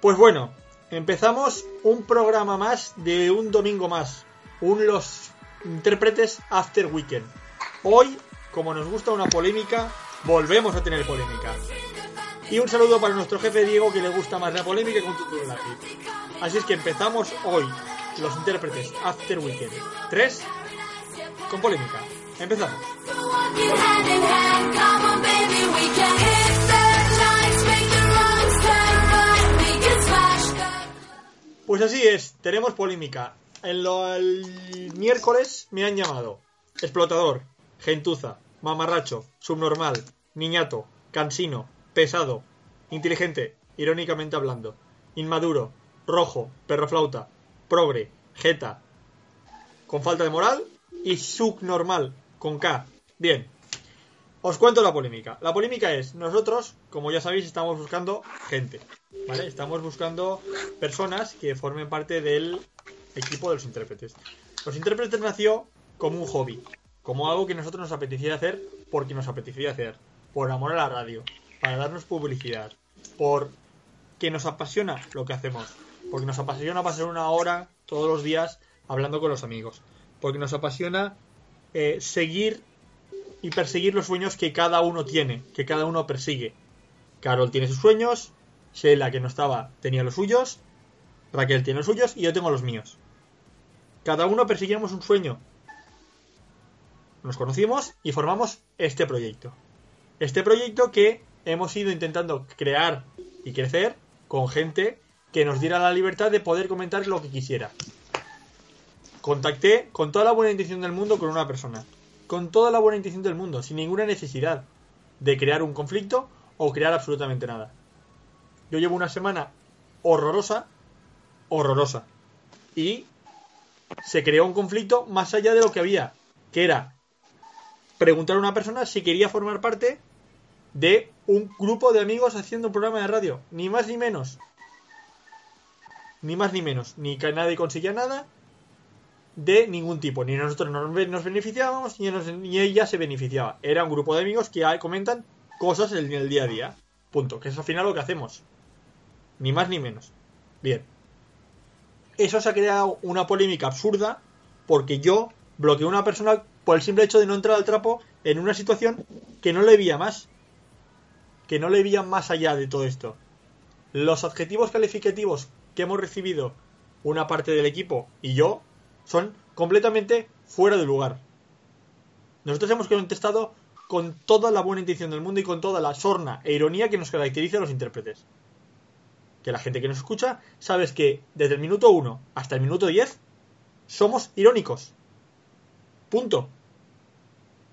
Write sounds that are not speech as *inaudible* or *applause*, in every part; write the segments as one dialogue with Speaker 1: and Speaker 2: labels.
Speaker 1: Pues bueno, empezamos un programa más de un domingo más. Un Los Intérpretes After Weekend. Hoy, como nos gusta una polémica, volvemos a tener polémica. Y un saludo para nuestro jefe Diego, que le gusta más la polémica que un tutorial en la piel. Así es que empezamos hoy, los intérpretes After Weekend 3, con polémica. Empezamos. Pues así es, tenemos polémica. En lo- el miércoles me han llamado explotador, gentuza, mamarracho, subnormal, niñato, cansino, pesado, inteligente, irónicamente hablando, inmaduro, rojo, perroflauta, progre, jeta, con falta de moral y subnormal, con K. Bien, os cuento la polémica. La polémica es, nosotros, como ya sabéis, estamos buscando gente, ¿vale? Estamos buscando personas que formen parte del equipo de los intérpretes. Los intérpretes nació como un hobby, como algo que nosotros nos apetecía hacer porque nos apetecía hacer, por amor a la radio, para darnos publicidad, por que nos apasiona lo que hacemos, porque nos apasiona pasar una hora todos los días hablando con los amigos, porque nos apasiona eh, seguir y perseguir los sueños que cada uno tiene, que cada uno persigue. Carol tiene sus sueños, Sheila, que no estaba, tenía los suyos, Raquel tiene los suyos y yo tengo los míos. Cada uno persiguiéramos un sueño. Nos conocimos y formamos este proyecto. Este proyecto que hemos ido intentando crear y crecer con gente que nos diera la libertad de poder comentar lo que quisiera. Contacté con toda la buena intención del mundo con una persona. Con toda la buena intención del mundo, sin ninguna necesidad de crear un conflicto o crear absolutamente nada. Yo llevo una semana horrorosa, horrorosa. Y se creó un conflicto más allá de lo que había, que era preguntar a una persona si quería formar parte de un grupo de amigos haciendo un programa de radio, ni más ni menos. Ni más ni menos, ni que nadie conseguía nada de ningún tipo, ni nosotros nos, be- nos beneficiábamos, ni, nos- ni ella se beneficiaba. Era un grupo de amigos que ah, comentan cosas en el día a día. Punto, que es al final lo que hacemos. Ni más ni menos. Bien. Eso se ha creado una polémica absurda porque yo bloqueé a una persona por el simple hecho de no entrar al trapo en una situación que no le veía más. Que no le veía más allá de todo esto. Los adjetivos calificativos que hemos recibido una parte del equipo y yo son completamente fuera de lugar. Nosotros hemos contestado con toda la buena intención del mundo y con toda la sorna e ironía que nos caracteriza a los intérpretes que la gente que nos escucha, sabes que desde el minuto 1 hasta el minuto 10 somos irónicos. Punto.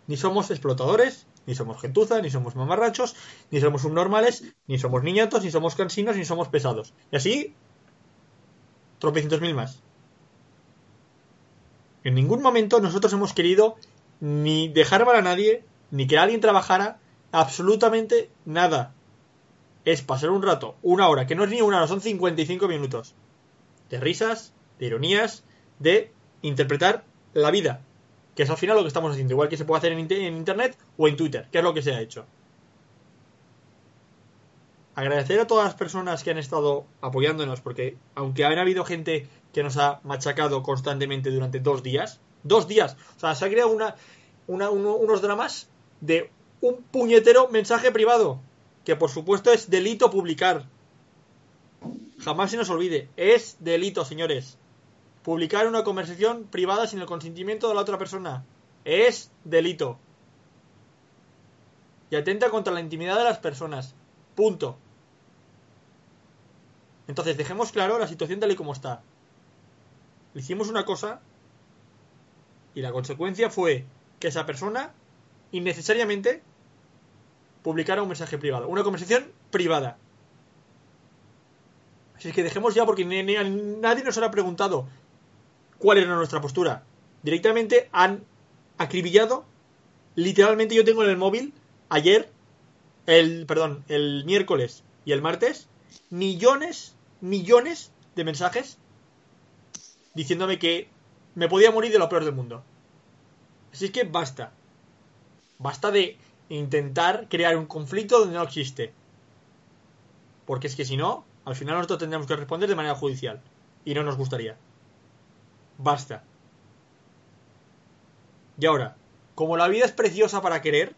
Speaker 1: Ni somos explotadores, ni somos gentuza, ni somos mamarrachos, ni somos subnormales, ni somos niñatos, ni somos cansinos, ni somos pesados. Y así, tropecientos mil más. En ningún momento nosotros hemos querido ni dejar mal a nadie, ni que alguien trabajara absolutamente nada es pasar un rato, una hora, que no es ni una hora, son 55 minutos de risas, de ironías, de interpretar la vida, que es al final lo que estamos haciendo, igual que se puede hacer en, inte- en internet o en Twitter, que es lo que se ha hecho. Agradecer a todas las personas que han estado apoyándonos, porque aunque han habido gente que nos ha machacado constantemente durante dos días, dos días, o sea, se ha creado una, una- uno- unos dramas de un puñetero mensaje privado que por supuesto es delito publicar. Jamás se nos olvide, es delito, señores. Publicar una conversación privada sin el consentimiento de la otra persona es delito. Y atenta contra la intimidad de las personas. Punto. Entonces, dejemos claro la situación tal y como está. Hicimos una cosa y la consecuencia fue que esa persona innecesariamente publicara un mensaje privado, una conversación privada. Así es que dejemos ya porque ni- ni a nadie nos habrá preguntado cuál era nuestra postura. Directamente han acribillado. Literalmente yo tengo en el móvil ayer, el perdón, el miércoles y el martes millones, millones de mensajes diciéndome que me podía morir de lo peor del mundo. Así es que basta. Basta de intentar crear un conflicto donde no existe. Porque es que si no, Al final nosotros tendremos que responder de manera judicial. Y no nos gustaría. Basta. Y ahora, como la vida es preciosa para querer,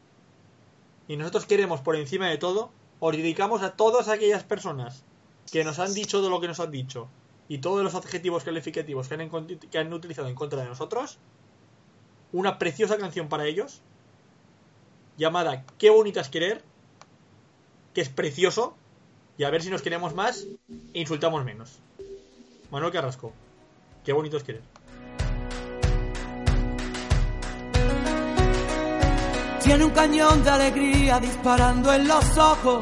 Speaker 1: y nosotros queremos por encima de todo, os dedicamos a todas aquellas personas que nos han dicho todo lo que nos han dicho y todos los adjetivos calificativos que han, encont- que han utilizado en contra de nosotros, una preciosa canción para ellos, llamada Qué bonita es querer, que es precioso, y a ver si nos queremos más e insultamos menos. Manuel Carrasco, qué bonito es querer.
Speaker 2: Tiene un cañón de alegría disparando en los ojos.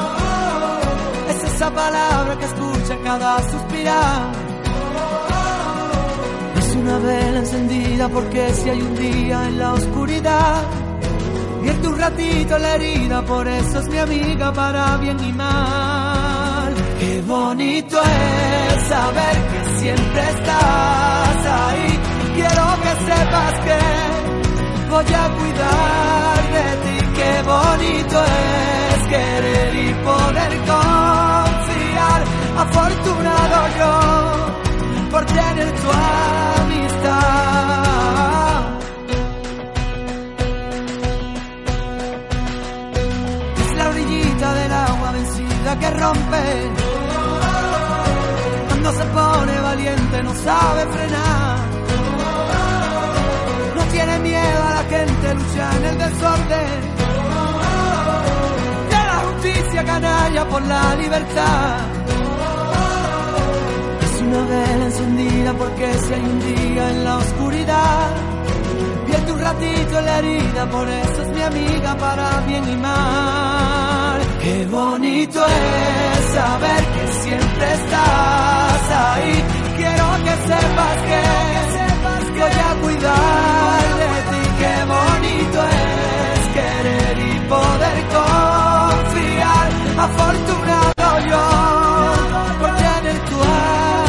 Speaker 2: Es esa palabra que escucha cada suspirar. Es una vela encendida porque si hay un día en la oscuridad, vierte un ratito en la herida, por eso es mi amiga para bien y mal. Qué bonito es saber que siempre estás ahí. Quiero que sepas que voy a cuidar de ti. Qué bonito es querer y poder confiar. Afortunado yo por tener tu amistad. Es la orillita del agua vencida que rompe. Cuando se pone valiente no sabe frenar. No tiene miedo a la gente, lucha en el desorden. De la justicia canalla por la libertad. Es una vela encendida porque si hay un día en la oscuridad. Vierte un ratito en la herida, por eso es mi amiga para bien y mal. Qué bonito es saber que siempre estás ahí. Quiero que sepas que, voy a cuidar de ti. Qué bonito es querer y poder confiar. Afortunado yo por tener tu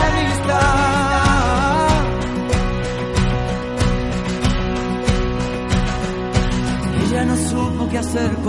Speaker 2: amistad. Ella no supo qué hacer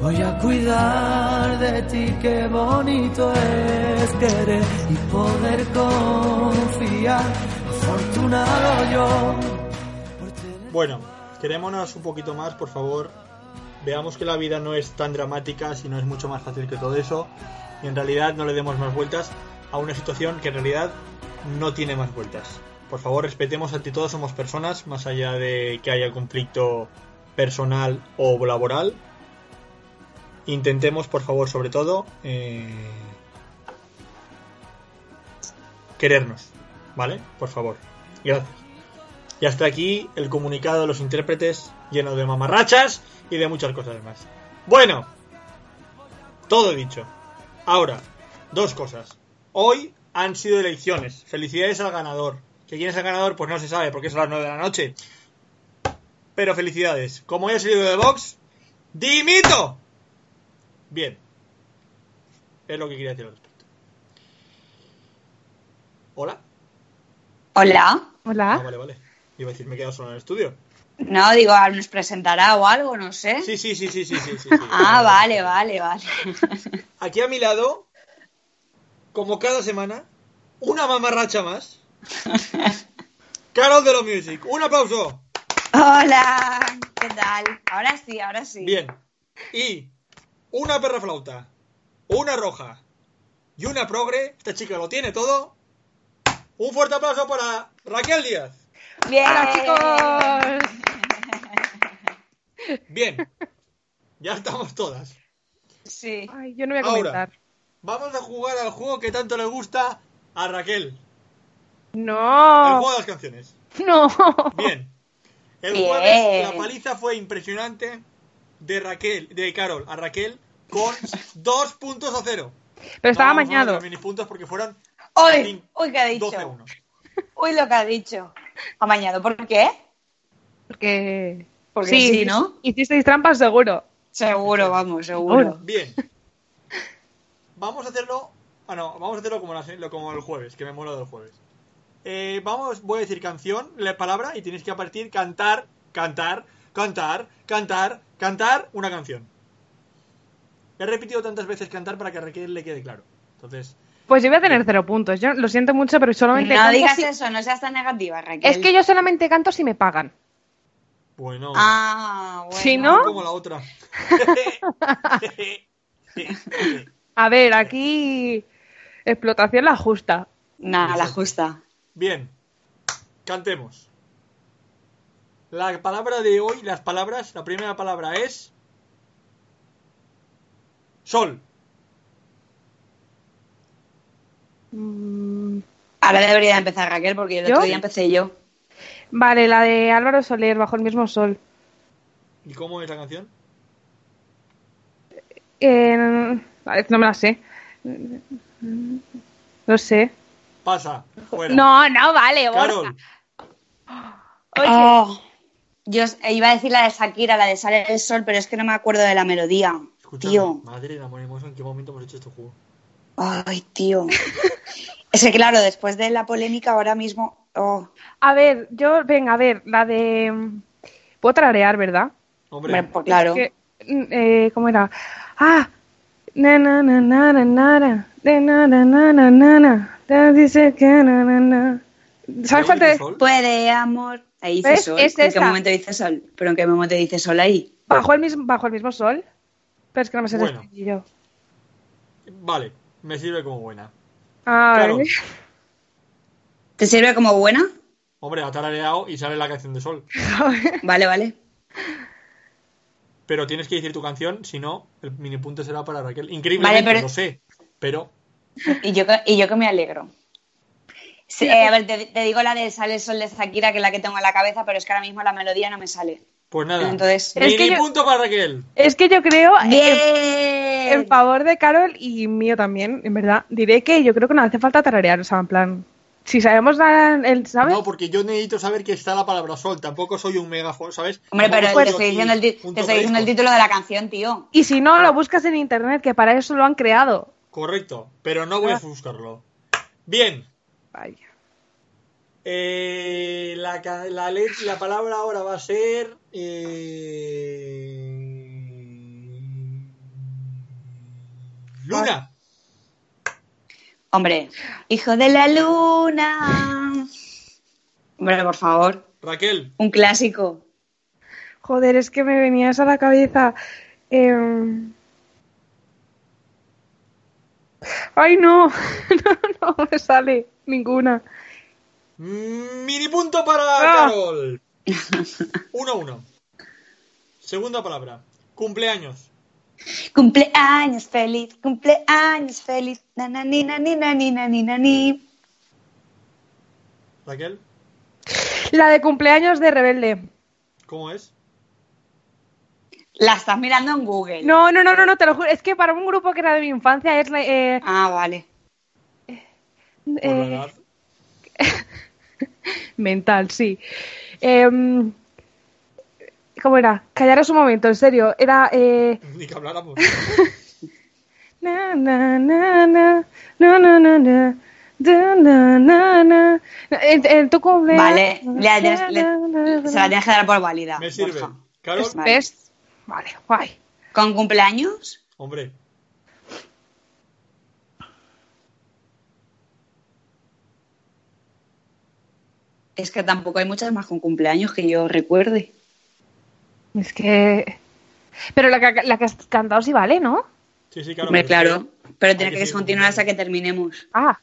Speaker 2: Voy a cuidar de ti, qué bonito es querer y poder confiar. Afortunado yo. por tener-
Speaker 1: Bueno, querémonos un poquito más, por favor. Veamos que la vida no es tan dramática, sino es mucho más fácil que todo eso. Y en realidad no le demos más vueltas a una situación que en realidad no tiene más vueltas. Por favor, respetemos ante todos, somos personas, más allá de que haya conflicto personal o laboral. Intentemos, por favor, sobre todo, eh, querernos, ¿vale? Por favor. Gracias. Y hasta aquí el comunicado de los intérpretes, lleno de mamarrachas y de muchas cosas más. Bueno, todo dicho. Ahora, dos cosas. Hoy han sido elecciones. Felicidades al ganador. ¿Que quién es el ganador? Pues no se sabe, porque es a las 9 de la noche. Pero felicidades. Como he salido de Vox, ¡dimito! Bien. Es lo que quería decir al respecto. ¿Hola?
Speaker 3: Hola.
Speaker 1: Ah,
Speaker 4: Hola.
Speaker 1: vale, vale. Iba a decir, me he quedado solo en el estudio.
Speaker 3: No, digo, nos presentará o algo, no sé.
Speaker 1: Sí, sí, sí, sí, sí, sí, sí, sí.
Speaker 3: Ah, vale, vale, vale.
Speaker 1: Aquí a mi lado, como cada semana, una
Speaker 3: *laughs*
Speaker 1: mamarracha más. Carol de lo Music, un aplauso.
Speaker 3: Hola, ¿qué tal? Ahora sí, ahora sí.
Speaker 1: Bien. Y una perra flauta, una roja y una progre, esta chica lo tiene todo. Un fuerte aplauso para Raquel Díaz.
Speaker 5: Bien,
Speaker 4: ¡Hola, chicos!
Speaker 1: Bien, ya estamos todas.
Speaker 5: Sí.
Speaker 4: Ay, yo no voy a
Speaker 1: Ahora.
Speaker 4: comentar.
Speaker 1: Vamos a jugar al juego que tanto le gusta a Raquel.
Speaker 3: Oh.
Speaker 1: El
Speaker 4: No,
Speaker 1: juego de las canciones.
Speaker 4: no.
Speaker 1: Bien. El
Speaker 5: Bien.
Speaker 1: jueves la paliza fue impresionante de Raquel, de Carol a Raquel
Speaker 5: *laughs*
Speaker 1: con dos puntos a cero.
Speaker 4: Pero estaba
Speaker 1: No, no fueron
Speaker 4: amañado.
Speaker 1: los mini puntos porque fueron
Speaker 5: Uy,
Speaker 1: cin-
Speaker 5: uy, que ha
Speaker 1: 12 a
Speaker 5: dicho.
Speaker 1: 1.
Speaker 5: Uy, lo que ha dicho. Amañado, ¿por qué?
Speaker 4: Porque...
Speaker 5: Porque sí, ¿no?
Speaker 4: Hicisteis trampas seguro.
Speaker 5: Seguro, vamos, seguro.
Speaker 1: Bien. Vamos a hacerlo. Ah, no, vamos a hacerlo como, la se- lo- como el jueves, que me muero del jueves. Eh, vamos, voy a decir canción, la palabra, y tenéis que a partir cantar, cantar, cantar, cantar, cantar una canción. He repetido tantas veces cantar para que a Raquel le quede claro. Entonces,
Speaker 4: Pues yo voy a tener cero puntos. Yo lo siento mucho, pero solamente
Speaker 5: No
Speaker 4: canto
Speaker 5: digas
Speaker 4: si-
Speaker 5: eso, no seas tan negativa, Raquel.
Speaker 4: Es que yo solamente canto si me pagan.
Speaker 1: bueno.
Speaker 5: Ah, bueno.
Speaker 4: Si no-
Speaker 1: Como la otra.
Speaker 4: A ver, aquí... Explotación la justa.
Speaker 5: Nada, la justa.
Speaker 1: Bien, cantemos. La palabra de hoy, las palabras, la primera palabra es sol.
Speaker 4: Mm,
Speaker 5: Ahora debería empezar Raquel porque el
Speaker 4: ¿Yo?
Speaker 5: otro día empecé yo.
Speaker 4: Vale, la de Álvaro Soler, bajo el mismo sol.
Speaker 1: ¿Y cómo es la canción?
Speaker 4: Eh, vale, no me la sé. No sé.
Speaker 1: Pasa, fuera.
Speaker 4: No, no, vale, Borja.
Speaker 1: Carol,
Speaker 4: Oye,
Speaker 5: Oh. Yo os- iba a decir la de Shakira, la de Sale el Sol, pero es que no me acuerdo de la melodía.
Speaker 1: escúchame,
Speaker 5: Tío.
Speaker 1: madre de amor hermoso, ¿en qué momento hemos hecho este juego?
Speaker 5: Ay, tío. es que claro, después de la polémica ahora mismo. Oh,
Speaker 4: A ver, yo, venga, a ver, la de... mm, Puedo trarear, ¿verdad?
Speaker 1: Hombre,
Speaker 5: hombre, pues claro.
Speaker 4: Que, mm, eh, ¿Cómo era? Ah, na na na na na na na, de na na na na na na, da dice que na na na. ¿Sabes cuál te...
Speaker 1: sol?
Speaker 5: Puede amor. Ahí dice
Speaker 4: ¿Ves?
Speaker 5: sol.
Speaker 4: Es
Speaker 5: ¿En qué
Speaker 4: esa.
Speaker 5: momento dice sol? Pero en qué momento dice sol ahí.
Speaker 4: Bajo el mismo, bajo el mismo sol. Pero es que no me sé
Speaker 1: Bueno.
Speaker 4: el estribillo.
Speaker 1: Vale, me sirve como buena.
Speaker 4: Ah,
Speaker 1: Carol,
Speaker 4: vale.
Speaker 5: ¿Te sirve como
Speaker 4: *laughs*
Speaker 5: buena?
Speaker 1: hombre, ha tarareado y sale la canción de sol.
Speaker 5: Vale, vale.
Speaker 1: Pero tienes que decir tu canción, si no, el mini punto será para Raquel. Increíblemente,
Speaker 5: Vale, pero-
Speaker 1: lo sé, pero
Speaker 5: Y yo, que- y yo que me alegro. Sí, eh, a
Speaker 4: pues
Speaker 5: ver, te, te digo la de Sale el Sol de Shakira, que es la que tengo en la cabeza, pero es que ahora mismo la melodía no me sale.
Speaker 1: pues nada.
Speaker 5: Entonces.
Speaker 4: Es que
Speaker 1: mini
Speaker 4: yo-
Speaker 1: punto para Raquel.
Speaker 4: Es que yo creo, en,
Speaker 5: ¡Bien!
Speaker 4: Eh, en favor de Carol y mío también, en verdad, diré que yo creo que no hace falta tararear, o sea, en plan... Si sabemos la- el, ¿sabes?
Speaker 1: No, porque yo necesito saber que está la palabra sol. Tampoco soy un megafon, ¿sabes?
Speaker 5: Hombre, pero
Speaker 1: Tampoco
Speaker 5: te
Speaker 1: soy
Speaker 5: estoy,
Speaker 1: aquí
Speaker 5: diciendo el, ti- te
Speaker 1: punto
Speaker 5: estoy diciendo el
Speaker 1: fresco.
Speaker 5: título de la canción, tío.
Speaker 4: Y si no, lo buscas en internet, que para eso lo han creado.
Speaker 1: Correcto, pero no voy
Speaker 5: Ah.
Speaker 1: a buscarlo. Bien.
Speaker 4: Vaya.
Speaker 1: eh, la, ca- la, let- la palabra ahora va a ser... eh, Luna.
Speaker 5: Hombre, hijo de la luna. Hombre, por favor,
Speaker 1: Raquel.
Speaker 5: un clásico.
Speaker 4: Joder, es que me venías a la cabeza. Em, Ay, no. *laughs* no, no me sale ninguna.
Speaker 1: Mm, Mini punto para
Speaker 4: Ah.
Speaker 1: Carol. 1-1. Segunda palabra. Cumpleaños.
Speaker 5: Cumpleaños feliz, cumpleaños feliz. Na, na, ni, na, ni, na, ni, na, ni, na, ni.
Speaker 1: Raquel,
Speaker 4: La de cumpleaños de Rebelde.
Speaker 1: ¿cómo es?
Speaker 5: La estás mirando en Google.
Speaker 4: No, no, no, no, no, te lo juro. Es que para un grupo que era de mi infancia es la. eh,
Speaker 5: Ah, vale.
Speaker 1: Por la
Speaker 4: eh,
Speaker 1: edad. *laughs*
Speaker 4: mental, sí. Em, ¿Cómo era? Callaros un momento, en serio. Era. eh,
Speaker 1: Ni que habláramos.
Speaker 4: Na, na, na, na, na, na, na, na, da, na, na, na. En- en tu cumpleaños.
Speaker 5: Vale, le hayas- le-
Speaker 4: Na, na, na,
Speaker 5: Se la tienes que dar por válida.
Speaker 1: Me sirve.
Speaker 5: Borja.
Speaker 1: Carol,
Speaker 5: Vale.
Speaker 4: ¿Ves? Vale, guay.
Speaker 5: ¿Con cumpleaños?
Speaker 1: hombre.
Speaker 5: Es que tampoco hay muchas más con cumpleaños que yo recuerde.
Speaker 4: Es que. Pero la que, la que has cantado sí vale, ¿no?
Speaker 1: Sí, sí, Carol.
Speaker 5: Hombre,
Speaker 1: pero es
Speaker 5: claro, pero tiene
Speaker 1: hay que
Speaker 5: que
Speaker 1: seguir
Speaker 5: descontinuar
Speaker 1: cumpliendo.
Speaker 5: hasta que terminemos.
Speaker 4: Ah,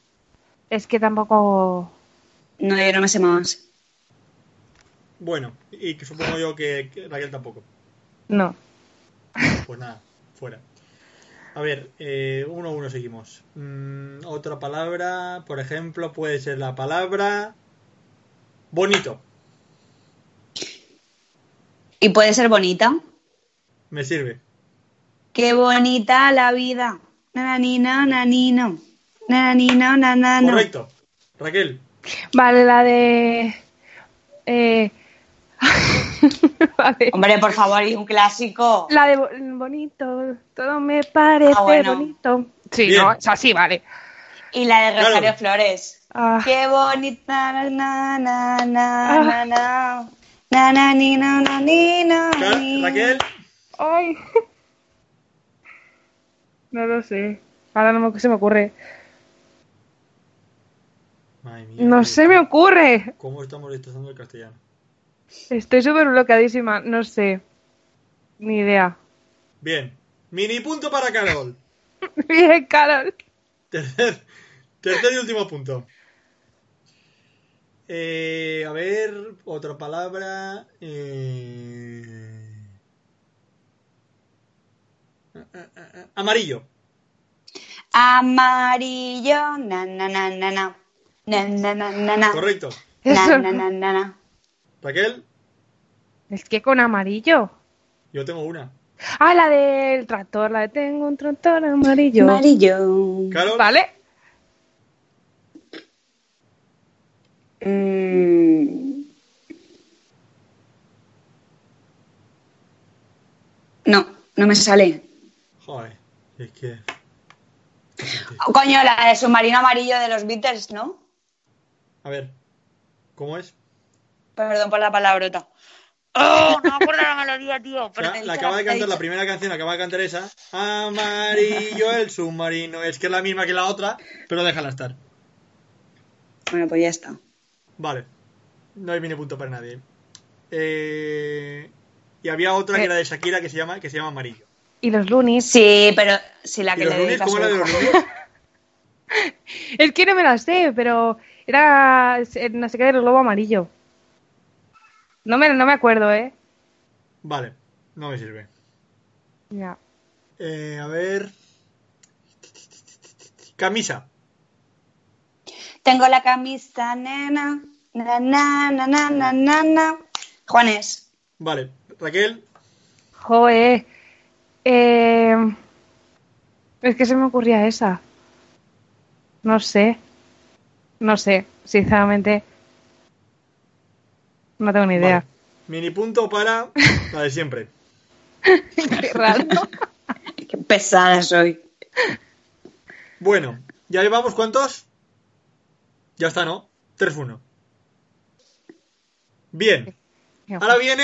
Speaker 4: es que Ah, tampoco.
Speaker 5: No, yo no me sé más.
Speaker 1: Bueno, y que supongo yo que, que Raquel tampoco.
Speaker 4: No.
Speaker 1: Pues nada, fuera. A ver, eh, uno a uno seguimos. Mm, otra palabra, por ejemplo, puede ser la palabra bonito.
Speaker 5: Y puede ser bonita.
Speaker 1: Me sirve.
Speaker 5: Qué bonita la vida. Nananina, nanino. Nananino, nanano.
Speaker 1: Correcto. Raquel,
Speaker 4: Vale, la de. eh, *laughs* vale.
Speaker 5: Hombre, por favor, y un clásico.
Speaker 4: La de bo- bonito, todo me parece
Speaker 5: Ah, bueno.
Speaker 4: bonito. Sí,
Speaker 1: Bien.
Speaker 4: no, es así, vale.
Speaker 5: Y la de Rosario
Speaker 1: Claro.
Speaker 5: Flores.
Speaker 4: Ah,
Speaker 5: Qué bonita. Na, na, na, na,
Speaker 4: Ah.
Speaker 5: na, na. Na, na, ni, na, na, ni, na,
Speaker 1: Ra-
Speaker 5: ni.
Speaker 1: Raquel,
Speaker 4: ay. *laughs* No lo sé. Ahora no me, se me ocurre.
Speaker 1: Madre mía,
Speaker 4: No
Speaker 1: tío,
Speaker 4: se me ocurre.
Speaker 1: ¿Cómo estamos destrozando el castellano?
Speaker 4: Estoy súper bloqueadísima. No sé. Ni idea. *laughs*
Speaker 1: Bien. Mini punto para Carol.
Speaker 4: Bien, Carol.
Speaker 1: Tercer, tercer y último punto. Eh, a ver, otra palabra. eh, ah, ah, ah, Amarillo.
Speaker 5: Amarillo. Na, na, na, na, na. Na, na, na, na, na.
Speaker 1: Correcto.
Speaker 5: Na,
Speaker 4: Eso-
Speaker 5: na, na, na, na.
Speaker 1: Raquel,
Speaker 4: Es que con amarillo.
Speaker 1: yo tengo una.
Speaker 4: Ah, la del tractor, la de tengo un tractor amarillo.
Speaker 5: Amarillo.
Speaker 1: Carol,
Speaker 4: Vale.
Speaker 5: Mm. No, no me sale.
Speaker 1: joder, es que.
Speaker 5: Coño, la de submarino amarillo de los Beatles, ¿no?
Speaker 1: A ver, ¿cómo es?
Speaker 5: Perdón por la palabrota. ¡Oh! No me acuerdo la melodía,
Speaker 1: O
Speaker 5: tío.
Speaker 1: sea,
Speaker 5: pero te he
Speaker 1: la
Speaker 5: dicho
Speaker 1: acaba de
Speaker 5: te he
Speaker 1: cantar, la
Speaker 5: dicho.
Speaker 1: primera canción la acaba de cantar esa. Amarillo el submarino. Es que es la misma que la otra, pero déjala estar.
Speaker 5: Bueno, pues ya está.
Speaker 1: Vale. No hay mini punto para nadie. Eh, Y había otra que era de Shakira que se llama, que se llama Amarillo.
Speaker 4: Y los lunis.
Speaker 5: Sí, pero si la
Speaker 1: ¿Y
Speaker 5: que
Speaker 1: los
Speaker 5: le
Speaker 1: lunes?
Speaker 5: dedica a
Speaker 1: ¿Cómo
Speaker 5: su
Speaker 1: era de
Speaker 5: hija.
Speaker 1: los lunes?
Speaker 4: Es que no me la sé, pero era eh, no sé qué del globo amarillo. No me, no me acuerdo, ¿eh?
Speaker 1: Vale, no me sirve.
Speaker 4: Ya.
Speaker 1: Eh, a ver. Camisa.
Speaker 5: Tengo la camisa, nena. Na, na, na, na, na, na, na. Juanes.
Speaker 1: Vale. Raquel,
Speaker 4: Joe. Eh, es que se me ocurría esa. No sé. No sé, sinceramente. No tengo ni idea.
Speaker 1: Vale. mini punto para la de siempre.
Speaker 4: *laughs* Qué
Speaker 5: *laughs*
Speaker 4: raro.
Speaker 5: Qué pesada soy.
Speaker 1: Bueno, ¿ya llevamos cuántos? Ya está, ¿no? 3-1. Bien. Ahora viene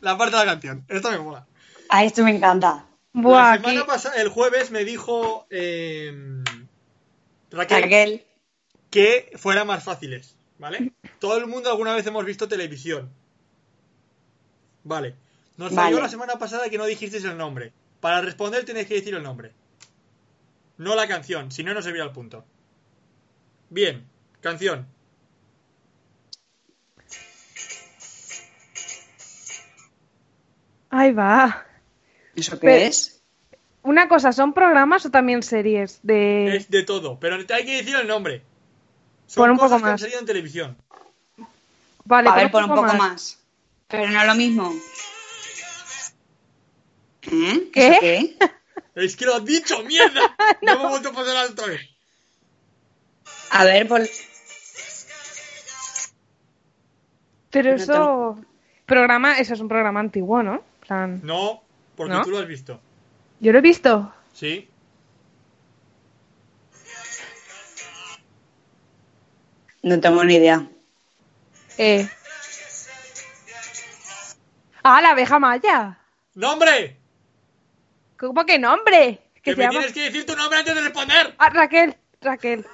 Speaker 1: la parte de la canción. Esta me mola.
Speaker 5: Ay, esto me encanta.
Speaker 1: la
Speaker 4: Buah,
Speaker 1: semana
Speaker 4: qué-
Speaker 1: pasada, el jueves me dijo eh, Raquel,
Speaker 5: Raquel.
Speaker 1: que fuera más fáciles, ¿vale? Todo el mundo alguna vez hemos visto televisión. Vale. Nos
Speaker 5: Vale.
Speaker 1: falló la semana pasada que no dijisteis el nombre. Para responder tenéis que decir el nombre. No la canción, si no, no servirá el punto. Bien, canción.
Speaker 4: Ahí va.
Speaker 5: ¿Eso
Speaker 4: Pero-
Speaker 5: qué es?
Speaker 4: Una cosa, ¿son programas o también series de
Speaker 1: Es de todo, pero hay que decir el nombre.
Speaker 4: Pon
Speaker 1: Son
Speaker 4: un poco
Speaker 1: cosas que han
Speaker 4: más.
Speaker 1: salido en televisión.
Speaker 4: Vale,
Speaker 5: a
Speaker 4: pon
Speaker 5: ver, pon un poco más. Pero no es lo mismo. ¿Eh?
Speaker 4: ¿Qué?
Speaker 5: ¿Eso
Speaker 1: Es que lo has dicho, mierda.
Speaker 4: *laughs*
Speaker 1: no. me he vuelto a pasar otra vez.
Speaker 5: A ver, por...
Speaker 4: Pero
Speaker 5: No
Speaker 4: eso programa, eso es un programa antiguo, ¿no? En plan,
Speaker 1: No, porque
Speaker 4: ¿No?
Speaker 1: tú lo has visto.
Speaker 4: yo lo he visto.
Speaker 1: Sí.
Speaker 5: no tengo ni idea. *laughs*
Speaker 4: Eh. Ah, la abeja maya.
Speaker 1: ¡Nombre!
Speaker 4: ¿Cómo que nombre?
Speaker 1: Que
Speaker 4: Que se
Speaker 1: me
Speaker 4: llama
Speaker 1: tienes que decir tu nombre antes de responder.
Speaker 4: Ah, Raquel, Raquel.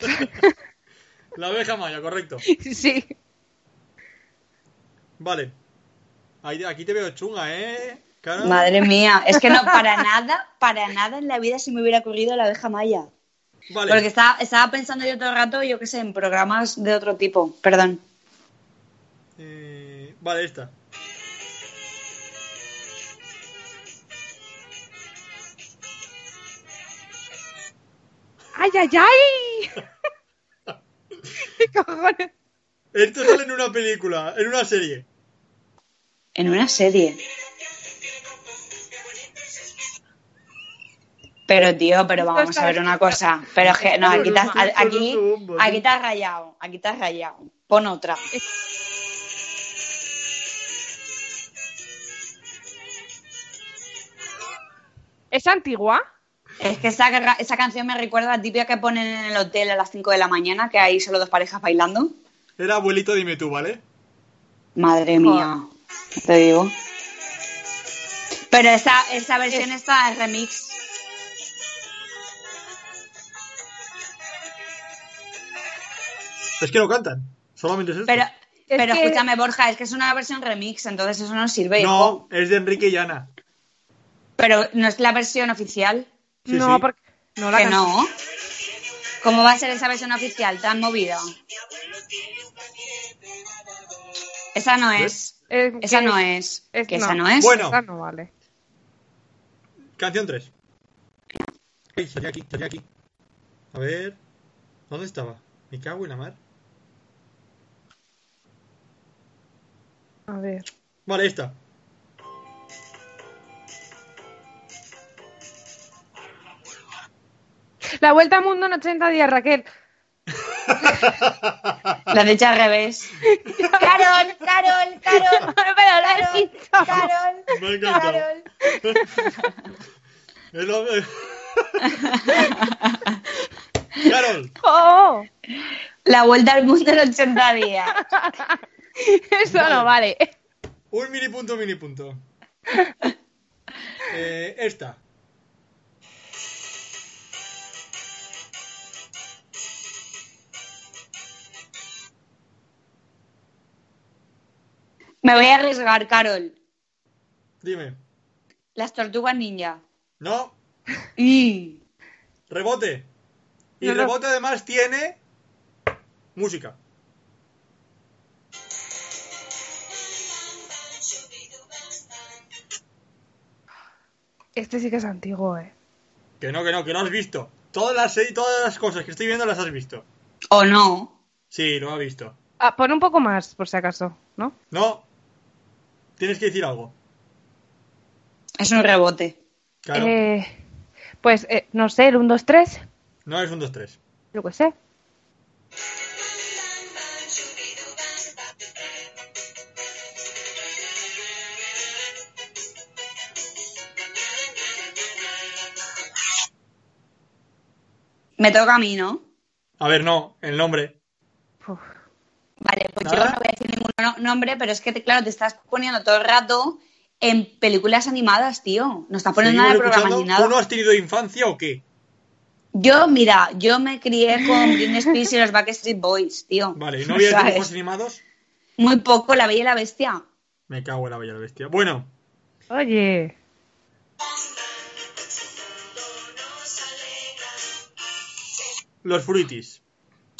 Speaker 1: *laughs* La abeja maya, correcto.
Speaker 4: Sí.
Speaker 1: Vale. Ahí- aquí te veo chunga, ¿eh? Cara.
Speaker 5: Madre mía, es que no, para nada, para nada en la vida se me hubiera ocurrido la abeja maya.
Speaker 1: Vale.
Speaker 5: Porque estaba, estaba pensando yo todo el rato, yo qué sé, en programas de otro tipo. Perdón.
Speaker 1: Eh, vale, esta.
Speaker 4: ¡Ay, ay, ay!
Speaker 1: *laughs*
Speaker 4: ¿Qué cojones?
Speaker 1: Esto sale en una película, en una serie.
Speaker 5: En una serie. Pero tío, pero vamos a ver una cosa. Pero es que, no, aquí te has, aquí, aquí te has rayado, aquí te has rayado. Pon otra.
Speaker 4: ¿Es antigua?
Speaker 5: Es que esa, gra- esa canción me recuerda a la típica que ponen en el hotel a las 5 de la mañana, que hay solo dos parejas bailando.
Speaker 1: Era abuelito, dime tú, ¿vale?
Speaker 5: Madre mía, te digo. Pero esa, esa versión está es remix.
Speaker 1: Es que no cantan, solamente es esto.
Speaker 5: Pero, pero
Speaker 4: que-
Speaker 5: escúchame, Borja, es que es una versión remix, entonces eso no sirve. hijo.
Speaker 1: no, es de Enrique y Ana.
Speaker 5: Pero no es la versión oficial.
Speaker 1: Sí,
Speaker 4: no,
Speaker 1: sí.
Speaker 4: porque. No la
Speaker 5: que
Speaker 4: can-
Speaker 5: no. ¿Cómo va a ser esa versión oficial tan movida? Esa no es.
Speaker 4: Eh,
Speaker 5: Esa
Speaker 4: que-
Speaker 5: no es.
Speaker 4: es-
Speaker 5: Que
Speaker 4: no.
Speaker 5: esa no es.
Speaker 1: Bueno.
Speaker 4: Esa no vale.
Speaker 1: Canción 3. Ay, salí aquí, salí aquí. A ver. ¿Dónde estaba? Me cago en la mar.
Speaker 4: A ver.
Speaker 1: Vale, esta.
Speaker 4: La vuelta al mundo en 80 días, Raquel.
Speaker 5: La de al revés.
Speaker 6: Carol, Carol,
Speaker 5: *laughs*
Speaker 6: Carol, Carol, Carol,
Speaker 1: Me ha encantado.
Speaker 6: Carol.
Speaker 1: Es lo- *laughs* Carol,
Speaker 4: ¡Oh!
Speaker 5: La vuelta al mundo en 80 días.
Speaker 4: *laughs* Eso no vale.
Speaker 1: un mini punto, mini
Speaker 5: *laughs*
Speaker 1: punto. Eh, esta.
Speaker 5: Me voy a arriesgar, Carol.
Speaker 1: Dime.
Speaker 5: Las tortugas ninja.
Speaker 1: No,
Speaker 5: Y.
Speaker 1: rebote. Y
Speaker 4: No, no.
Speaker 1: rebote además tiene música.
Speaker 4: Este sí que es antiguo, eh.
Speaker 1: Que no, que no, que no has visto. Todas las, se- todas las cosas que estoy viendo las has visto.
Speaker 5: O no.
Speaker 1: Sí, lo has visto.
Speaker 4: Ah, pon un poco más, por si acaso, ¿no?
Speaker 1: No. Tienes que decir algo.
Speaker 5: Es un rebote.
Speaker 1: Claro.
Speaker 4: Eh, pues, eh, no sé, el 1, 2, 3,
Speaker 1: No es un 2, 3.
Speaker 4: yo qué sé.
Speaker 5: Me toca a mí, ¿no?
Speaker 1: A ver, no, el nombre.
Speaker 4: Uf.
Speaker 5: Vale, pues yo
Speaker 1: Nada.
Speaker 5: no voy a decir ningún no- nombre, pero es que, te- claro, te estás poniendo todo el rato en películas animadas, tío. No estás poniendo nada de
Speaker 1: Seguimos
Speaker 5: programas ni
Speaker 1: escuchando. ¿Tú no
Speaker 5: nada.
Speaker 1: has tenido infancia o qué?
Speaker 5: Yo, mira, yo me crié con Britney Spears y los Backstreet Boys, tío.
Speaker 1: Vale, ¿y ¿no
Speaker 5: O *laughs*
Speaker 1: había
Speaker 5: sea,
Speaker 1: dibujos
Speaker 5: es
Speaker 1: animados?
Speaker 5: Muy poco, La Bella y la Bestia.
Speaker 1: Me cago en la bella bestia. Bueno,
Speaker 4: Oye,
Speaker 1: los fruitis.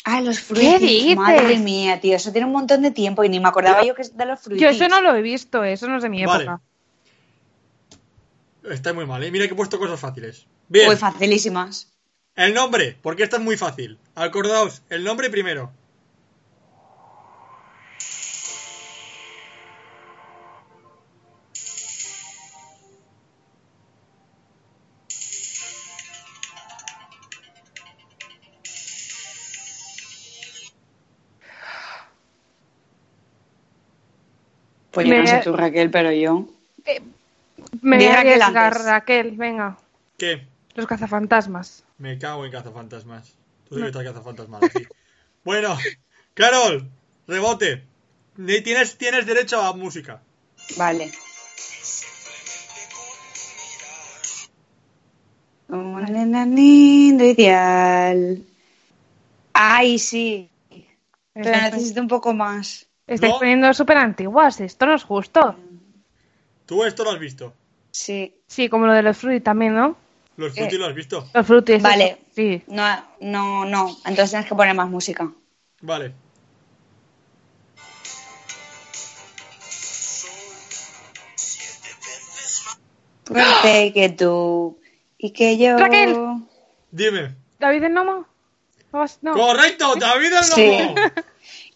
Speaker 5: Ah, los
Speaker 4: ¿Qué
Speaker 5: Fruities.
Speaker 4: dices?
Speaker 5: Madre mía, tío, eso tiene un montón de tiempo y ni me acordaba yo que es de los Fruities.
Speaker 4: yo eso no lo he visto, eh, eso no es de mi
Speaker 1: Vale.
Speaker 4: época.
Speaker 1: Está muy mal, ¿eh? Mira que he puesto cosas fáciles. Bien,
Speaker 5: Muy facilísimas.
Speaker 1: el nombre, porque esta es muy fácil. Acordaos, el nombre primero.
Speaker 5: Pues yo
Speaker 4: Me-
Speaker 5: no sé tú, Raquel, pero yo.
Speaker 4: Me voy
Speaker 5: Di
Speaker 4: a
Speaker 5: Raquel
Speaker 4: arriesgar,
Speaker 5: antes.
Speaker 4: Raquel, venga.
Speaker 1: ¿Qué?
Speaker 4: Los cazafantasmas.
Speaker 1: Me cago en cazafantasmas. Tú sí que estás cazafantasmas.
Speaker 4: *laughs*
Speaker 1: sí. Bueno, Carol, rebote. Ni- Tienes, tienes derecho a música.
Speaker 5: Vale. Un lindo ideal. Ay, sí. Pero
Speaker 4: Estás-
Speaker 5: necesito un poco más.
Speaker 4: Estáis
Speaker 1: No.
Speaker 4: poniendo súper antiguas, esto no es justo.
Speaker 1: Tú esto lo has visto.
Speaker 5: Sí.
Speaker 4: Sí, como lo de los fruit también, ¿no?
Speaker 1: Los frutis lo has visto.
Speaker 4: Los frutis.
Speaker 5: Vale.
Speaker 4: eso, Sí.
Speaker 5: No, no, no. Entonces tienes que poner más música.
Speaker 1: Vale.
Speaker 5: Fuerte que tú y que yo.
Speaker 4: Raquel.
Speaker 1: Dime.
Speaker 4: David el Nomo. No, no.
Speaker 1: ¡Correcto! ¡David el
Speaker 5: Sí.
Speaker 1: Lobo!
Speaker 4: *laughs*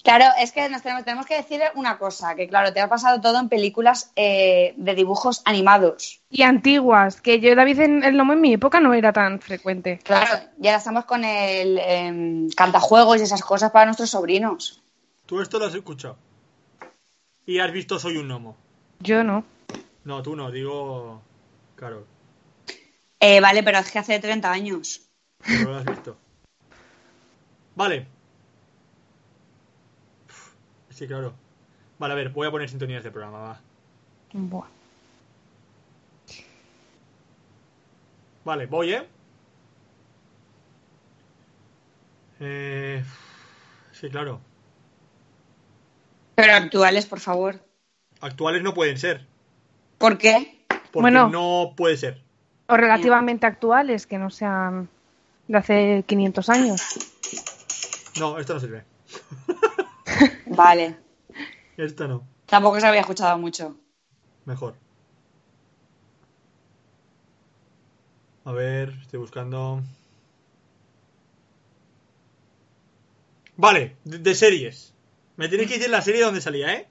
Speaker 5: Claro, es que nos tenemos, tenemos que decir una cosa, que claro, te ha pasado todo en películas eh, de dibujos animados.
Speaker 4: Y antiguas, que yo David en- el Nomo en mi época no era tan frecuente.
Speaker 5: Claro, ya estamos con el em, cantajuegos y esas cosas para nuestros sobrinos.
Speaker 1: Tú esto lo has escuchado. Y has visto Soy un gnomo.
Speaker 4: Yo no.
Speaker 1: No, tú no, digo. Carol.
Speaker 5: Eh, vale, pero es que hace 30 años.
Speaker 1: Pero lo has visto. Vale. Sí, claro. Vale, a ver, voy a poner sintonías de programa, va.
Speaker 4: Buah.
Speaker 1: Vale, voy, ¿eh? Eh, Sí, claro.
Speaker 5: Pero actuales, por favor.
Speaker 1: Actuales no pueden ser.
Speaker 5: ¿Por qué?
Speaker 1: Porque
Speaker 4: Bueno.
Speaker 1: no puede ser.
Speaker 4: O relativamente actuales, que no sean de hace 500 años.
Speaker 1: No, esto no sirve.
Speaker 5: Vale.
Speaker 1: Esto no.
Speaker 5: Tampoco se había escuchado mucho.
Speaker 1: Mejor. A ver, estoy buscando. Vale, de, de series. Me tenéis que decir la serie donde salía, ¿eh?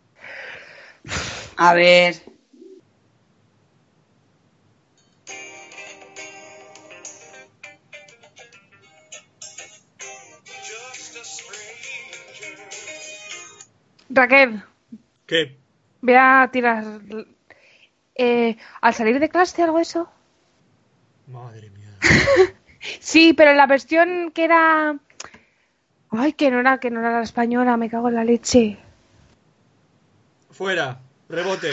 Speaker 5: A ver.
Speaker 4: Raquel,
Speaker 1: ¿Qué?
Speaker 4: voy a tirar. eh, ¿Al salir de clase algo de eso?
Speaker 1: Madre mía.
Speaker 4: Sí, pero la versión que era. Ay, que no era, que no era la española, me cago en la leche.
Speaker 1: Fuera, rebote.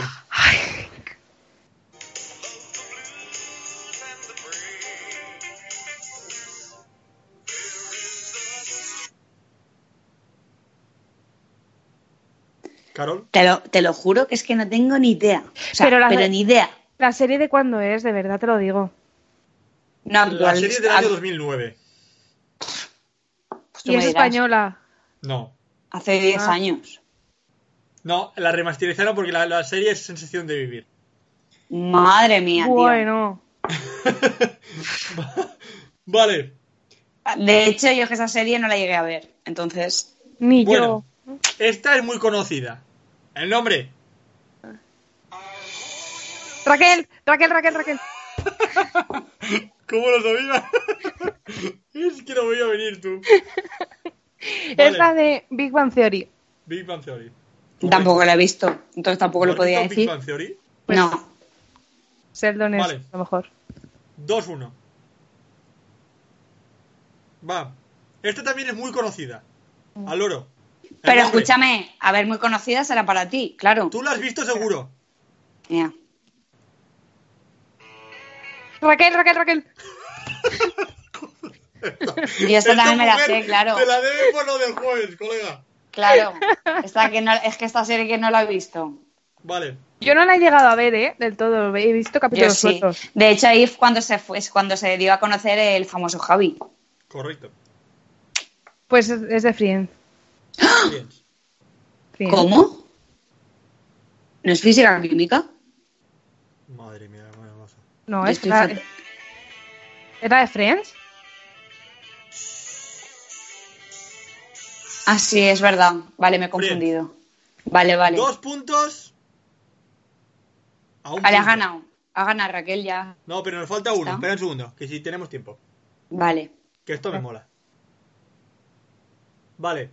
Speaker 1: Carol,
Speaker 5: Te lo, te lo juro que es que no tengo ni idea. O sea,
Speaker 4: Pero
Speaker 5: pero,
Speaker 4: la-
Speaker 5: ni idea.
Speaker 4: La serie de cuándo es, de verdad te lo digo.
Speaker 5: No,
Speaker 1: la
Speaker 5: actuales-
Speaker 1: serie del año
Speaker 5: ac-
Speaker 1: 2009.
Speaker 5: pues tú
Speaker 4: Y
Speaker 5: me
Speaker 4: es
Speaker 5: dirás,
Speaker 4: española.
Speaker 1: No,
Speaker 5: Hace 10
Speaker 4: Ah.
Speaker 5: años.
Speaker 1: no, la remasterizaron porque la, la serie es sensación de vivir.
Speaker 5: Madre mía, tío.
Speaker 4: Bueno,
Speaker 1: Vale,
Speaker 5: De hecho, yo que esa serie no la llegué a ver. Entonces,
Speaker 4: ni
Speaker 1: bueno,
Speaker 4: yo.
Speaker 1: esta es muy conocida. El nombre,
Speaker 4: Raquel, Raquel, Raquel, Raquel.
Speaker 1: ¿cómo lo sabía? *laughs* es que no voy a venir tú.
Speaker 4: Es la de Big Bang Theory.
Speaker 1: Big Bang Theory.
Speaker 5: tampoco la he visto. Entonces tampoco
Speaker 1: ¿Tú
Speaker 5: lo
Speaker 1: has
Speaker 5: podía
Speaker 1: visto Big
Speaker 5: decir.
Speaker 1: Bang Theory?
Speaker 4: Pues-
Speaker 5: no.
Speaker 4: Sheldon es
Speaker 1: Vale.
Speaker 4: a lo mejor.
Speaker 1: 2-1. Va. Esta también es muy conocida. Al oro. El
Speaker 5: Mm. Pero
Speaker 1: nombre.
Speaker 5: escúchame, a ver, muy conocida será para ti, claro.
Speaker 1: Tú la has visto seguro.
Speaker 5: Ya.
Speaker 4: Raquel, Raquel, Raquel.
Speaker 5: Yo esta también me la
Speaker 1: mujer
Speaker 5: sé, claro.
Speaker 1: Te la debe por lo del jueves, colega.
Speaker 5: Claro. Esta que no, es que esta serie que no la he visto.
Speaker 1: Vale.
Speaker 4: Yo no la he llegado a ver, ¿eh? Del todo. He visto
Speaker 5: Yo
Speaker 4: capítulos
Speaker 5: sí.
Speaker 4: sueltos.
Speaker 5: De hecho, ahí fue cuando se fue, es cuando se dio a conocer el famoso Javi. *coughs*
Speaker 1: Correcto.
Speaker 4: Pues es, es de Friends.
Speaker 1: Bien.
Speaker 4: Friends.
Speaker 5: ¿Cómo? ¿No es física química?
Speaker 1: Madre mía, qué hermosa.
Speaker 4: No,
Speaker 5: Yo
Speaker 4: es
Speaker 5: estoy
Speaker 4: la-
Speaker 5: fatal.
Speaker 4: ¿Era de Friends?
Speaker 5: Ah, sí, es verdad. Vale, me he confundido. Vale, vale.
Speaker 1: Dos puntos. A un
Speaker 5: Vale, has
Speaker 1: punto.
Speaker 5: ganado. Has ganado, Raquel, ya.
Speaker 1: No, pero nos falta uno.
Speaker 5: ¿Está?
Speaker 1: Espera un segundo, que si tenemos tiempo.
Speaker 5: Vale.
Speaker 1: Que esto
Speaker 5: Ah.
Speaker 1: me mola. Vale.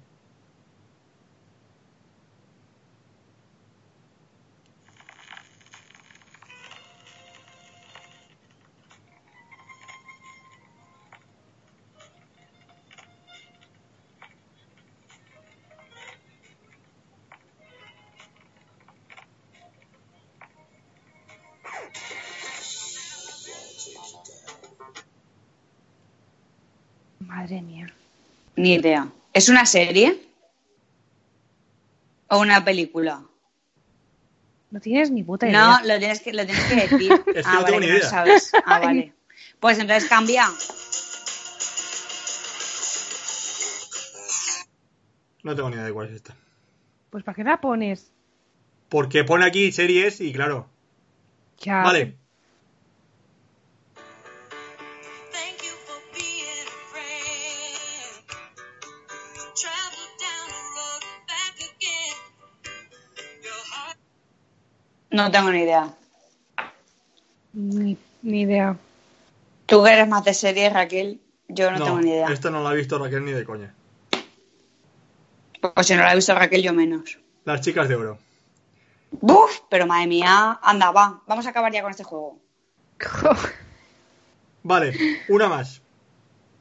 Speaker 4: Madre mía.
Speaker 5: Ni idea. ¿Es una serie? ¿O una película?
Speaker 4: No tienes ni puta idea.
Speaker 5: No, lo tienes que, lo tienes que decir.
Speaker 1: *laughs* Es que
Speaker 5: ah,
Speaker 1: no tengo
Speaker 5: vale,
Speaker 1: ni
Speaker 5: que no
Speaker 1: idea. *laughs*
Speaker 5: sabes. Ah, vale. Pues entonces cambia.
Speaker 1: No tengo ni idea de cuál es esta.
Speaker 4: Pues ¿para qué la pones?
Speaker 1: Porque pone aquí series y claro.
Speaker 5: Ah,
Speaker 4: Ya.
Speaker 1: Vale.
Speaker 7: Thank you for being a friend. Travel down the road back again. Your heart
Speaker 5: No tengo ni idea.
Speaker 4: Ni, ni idea. *laughs*
Speaker 5: Tú que eres más de series, Raquel, yo no,
Speaker 1: No,
Speaker 5: tengo ni idea.
Speaker 1: Esta no la ha visto Raquel ni de coña.
Speaker 5: Pues si no la he visto Raquel, yo menos.
Speaker 1: Las chicas de oro.
Speaker 5: ¡Buf! Pero madre mía, anda, va. Vamos a acabar ya con este juego.
Speaker 1: Vale, una más.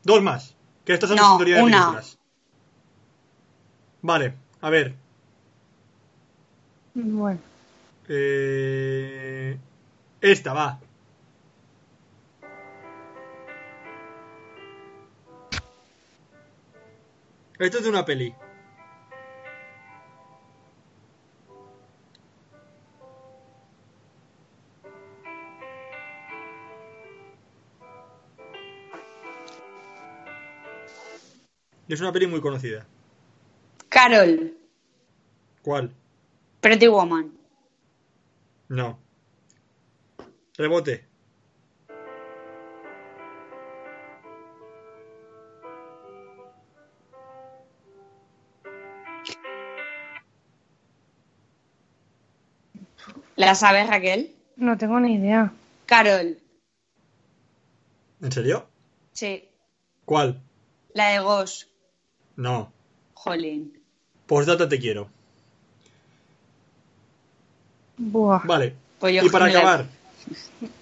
Speaker 1: Dos más. Que estas son
Speaker 5: No,
Speaker 1: historias de
Speaker 5: una.
Speaker 1: películas. Vale, a ver.
Speaker 4: Bueno.
Speaker 1: eh, Esta va. Esto es de una peli. Y es una peli muy conocida.
Speaker 5: Carol,
Speaker 1: ¿Cuál?
Speaker 5: Pretty Woman.
Speaker 1: No. Rebote.
Speaker 5: ¿La sabes, Raquel?
Speaker 4: No tengo ni idea.
Speaker 5: Carol,
Speaker 1: ¿En serio?
Speaker 5: sí.
Speaker 1: ¿Cuál?
Speaker 5: La de Ghost.
Speaker 1: No.
Speaker 5: Jolín.
Speaker 1: Postdata te quiero.
Speaker 4: Buah.
Speaker 1: Vale.
Speaker 5: Pues yo
Speaker 1: y para
Speaker 5: me la-
Speaker 1: acabar,